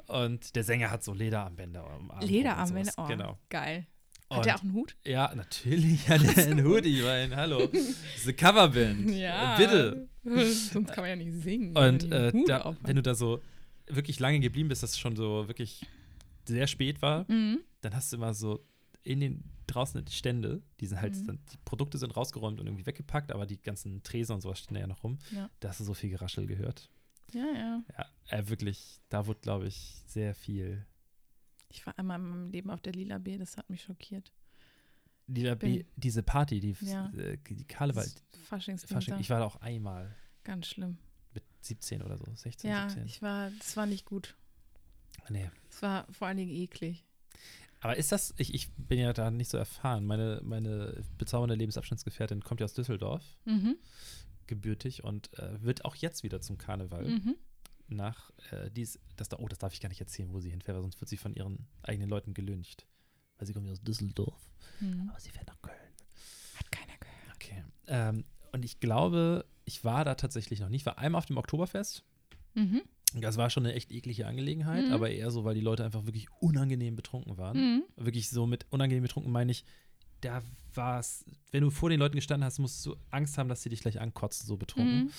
C: Und der Sänger hat so Lederarmbänder am Arm.
E: Mhm. Lederarmbänder,
C: oh.
E: oh,
C: Genau.
E: geil. Hat
C: Und
E: der auch einen Hut?
C: ja, natürlich hat er einen Hoodie, weil, hallo, das ist eine Coverband. Bitte.
E: Sonst kann man ja nicht singen.
C: Äh, Und
E: wenn man
C: äh,
E: den Hut
C: da,
E: aufhat.
C: wenn du da so wirklich lange geblieben bist, dass es schon so wirklich sehr spät war,
E: Mhm.
C: dann hast du immer so in den draußen die Stände, die sind halt,
E: Mhm.
C: dann, die Produkte sind rausgeräumt und irgendwie weggepackt, aber die ganzen Tresen und sowas stehen da ja noch rum.
E: Ja.
C: Da hast du so viel Geraschel gehört.
E: Ja, ja.
C: Ja, äh, wirklich, da wurde, glaube ich, sehr viel.
E: Ich war einmal in meinem Leben auf der Lila B, das hat mich schockiert.
C: Die,
E: Bin-
C: diese Party, die,
E: Ja.
C: äh, die Karneval,
E: Das Faschingsding
C: Fasching,
E: da.
C: ich war da auch einmal
E: Ganz schlimm.
C: mit 17 oder so, 16,
E: Ja,
C: 17.
E: ich war, das war nicht gut.
C: nee.
E: Es war vor allen Dingen eklig.
C: Aber ist das, ich, ich bin ja da nicht so erfahren. Meine, meine bezaubernde Lebensabschnittsgefährtin kommt ja aus Düsseldorf,
E: Mhm.
C: gebürtig, und äh, wird auch jetzt wieder zum Karneval.
E: Mhm.
C: nach äh, dies, das da, oh, das darf ich gar nicht erzählen, wo sie hinfährt, weil sonst wird sie von ihren eigenen Leuten gelüncht. Weil sie kommt ja aus Düsseldorf,
E: Mhm.
C: aber sie fährt nach Köln.
E: Hat keiner gehört.
C: Okay. Ähm, und ich glaube, ich war da tatsächlich noch nicht. Ich war einmal auf dem Oktoberfest.
E: Mhm.
C: Das war schon eine echt eklige Angelegenheit,
E: Mhm.
C: aber eher so, weil die Leute einfach wirklich unangenehm betrunken waren.
E: Mhm.
C: Wirklich so mit unangenehm betrunken meine ich, da war es, wenn du vor den Leuten gestanden hast, musst du Angst haben, dass sie dich gleich ankotzen, so betrunken.
E: Mhm.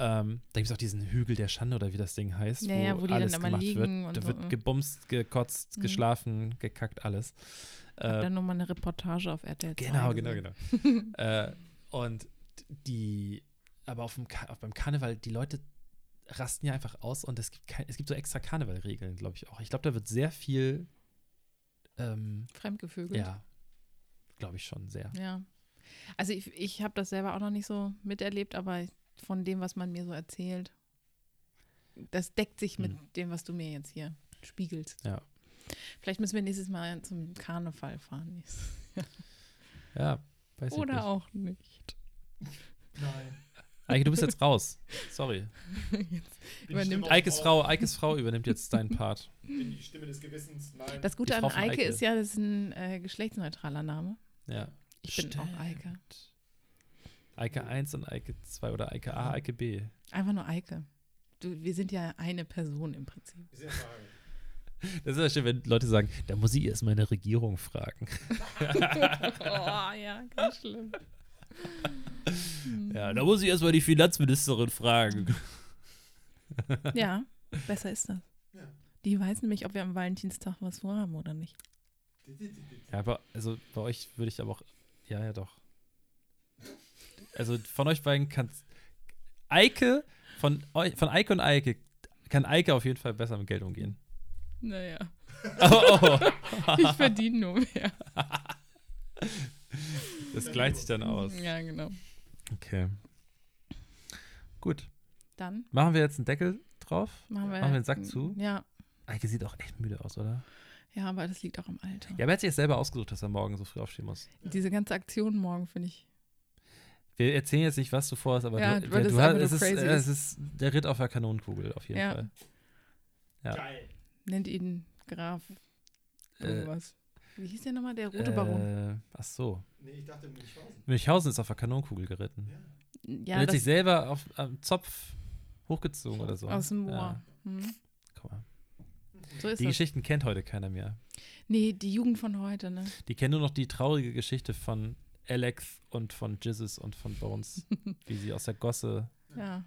C: Ähm, da gibt es auch diesen Hügel der Schande oder wie das Ding heißt,
E: Ja,
C: wo,
E: ja, wo die dann
C: alles
E: immer
C: gemacht
E: liegen
C: wird.
E: und
C: Da
E: so,
C: wird
E: äh.
C: gebumst, gekotzt,
E: Mhm.
C: geschlafen, gekackt, alles. Äh,
E: Dann nochmal eine Reportage auf RTL 2
C: genau, genau,
E: gesehen.
C: genau. äh, und die, aber auf dem Ka auf, beim Karneval, die Leute rasten ja einfach aus und es gibt, kein, es gibt so extra Karnevalregeln, glaube ich auch. Ich glaube, da wird sehr viel, ähm,
E: Fremdgevögelt.
C: ja, glaube ich schon sehr.
E: Ja. Also ich, ich habe das selber auch noch nicht so miterlebt, aber von dem, was man mir so erzählt, das deckt sich mit dem, was du mir jetzt hier spiegelst.
C: Mhm. Ja.
E: Vielleicht müssen wir nächstes Mal zum Karneval fahren. nächstes-
C: Ja, weiß ich
E: Oder
C: nicht.
E: auch nicht.
C: Eike, du bist jetzt raus. Sorry.
E: Jetzt übernimmt
C: Eikes Frau, Eikes Frau übernimmt jetzt deinen Part.
A: Bin die Stimme des Gewissens. Nein.
E: das Gute
C: die
E: an
C: Frau von
E: Eike,
C: Eike.
E: ist ja, das ist ein äh, geschlechtsneutraler Name.
C: Ja.
E: Ich bin auch Eike.
C: Eike 1 und Eike 2 oder Eike A, Eike B.
E: Einfach nur Eike. Du, wir sind ja eine Person im Prinzip.
C: Das ist ja schön, wenn Leute sagen, da muss ich erst meine Regierung fragen.
E: oh ja, ganz schlimm.
C: Ja, da muss ich erstmal die Finanzministerin fragen.
E: Ja, besser ist das. Die weiß nämlich, ob wir am Valentinstag was vorhaben oder nicht.
C: Ja, aber also bei euch würde ich aber auch. Ja, ja, doch. Also von euch beiden kann Eike, von, eu, von Eike und Eike, kann Eike auf jeden Fall besser mit Geld umgehen.
E: Naja,
C: Oh, oh.
E: ich verdiene nur mehr.
C: Das gleicht sich dann aus.
E: Ja, genau.
C: Okay. Gut.
E: Dann
C: Machen wir jetzt einen Deckel drauf?
E: machen wir,
C: Machen wir den Sack zu?
E: Ja,
C: Eike sieht auch echt müde aus, oder?
E: ja, aber das liegt auch am Alter.
C: Ja, aber er hat sich jetzt selber ausgesucht, dass er morgen so früh aufstehen muss.
E: Diese ganze Aktion morgen finde ich.
C: Wir erzählen jetzt nicht, was du vorhast, aber
E: Ja,
C: du, der,
E: weil das
C: du hast,
E: einfach
C: es,
E: nur
C: ist,
E: crazy
C: äh, es ist der Ritt auf der Kanonenkugel, auf jeden
E: Ja.
C: Fall.
E: Nennt ihn Graf
C: Äh,
E: irgendwas. Wie hieß der nochmal? Der Rote Baron.
C: Äh, ach so.
A: Nee, ich dachte Münchhausen.
C: Münchhausen ist auf der Kanonenkugel geritten.
E: ja,
C: er hat sich
E: das
C: selber auf, am Zopf hochgezogen oder so.
E: aus dem Moor.
C: Ja,
E: Hm,
C: guck mal.
E: so ist
C: Die
E: das.
C: Geschichten kennt heute keiner mehr.
E: Nee, die Jugend von heute, ne?
C: Die kennen nur noch die traurige Geschichte von Alex und von Jizzes und von Bones, wie sie aus der Gosse.
E: Ja.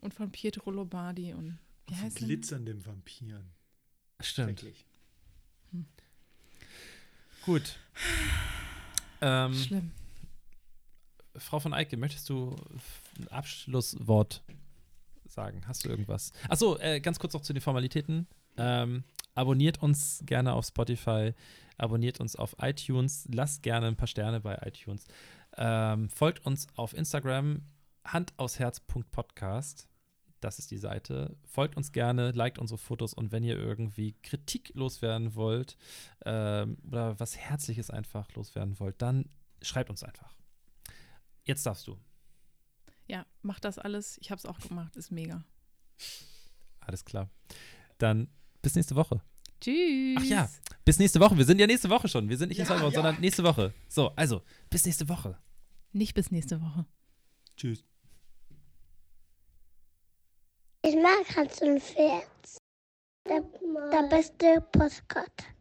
E: Und von Pietro Lombardi und wie heißt der?
A: glitzernden Vampiren.
C: Stimmt.
A: Wirklich.
C: Gut. Ähm,
E: Schlimm.
C: Frau von Eike, möchtest du ein Abschlusswort sagen? Hast du irgendwas? Achso, äh, ganz kurz noch zu den Formalitäten. Ähm, abonniert uns gerne auf Spotify, abonniert uns auf iTunes, lasst gerne ein paar Sterne bei iTunes. Ähm, folgt uns auf Instagram, handausherz.podcast. Das ist die Seite. Folgt uns gerne, liked unsere Fotos und wenn ihr irgendwie Kritik loswerden wollt ähm, oder was Herzliches einfach loswerden wollt, dann schreibt uns einfach. Jetzt darfst du.
E: Ja, mach das alles. Ich hab's auch gemacht. Ist mega.
C: Alles klar. Dann bis nächste Woche.
E: Tschüss.
C: Ach ja, bis nächste Woche. Wir sind ja nächste Woche schon. Wir sind nicht in zwei Wochen, sondern nächste Woche. So, also, bis nächste Woche.
E: Nicht bis nächste Woche.
A: Tschüss.
H: Ich mag Hans und Pferd. Der, der beste Postkarte.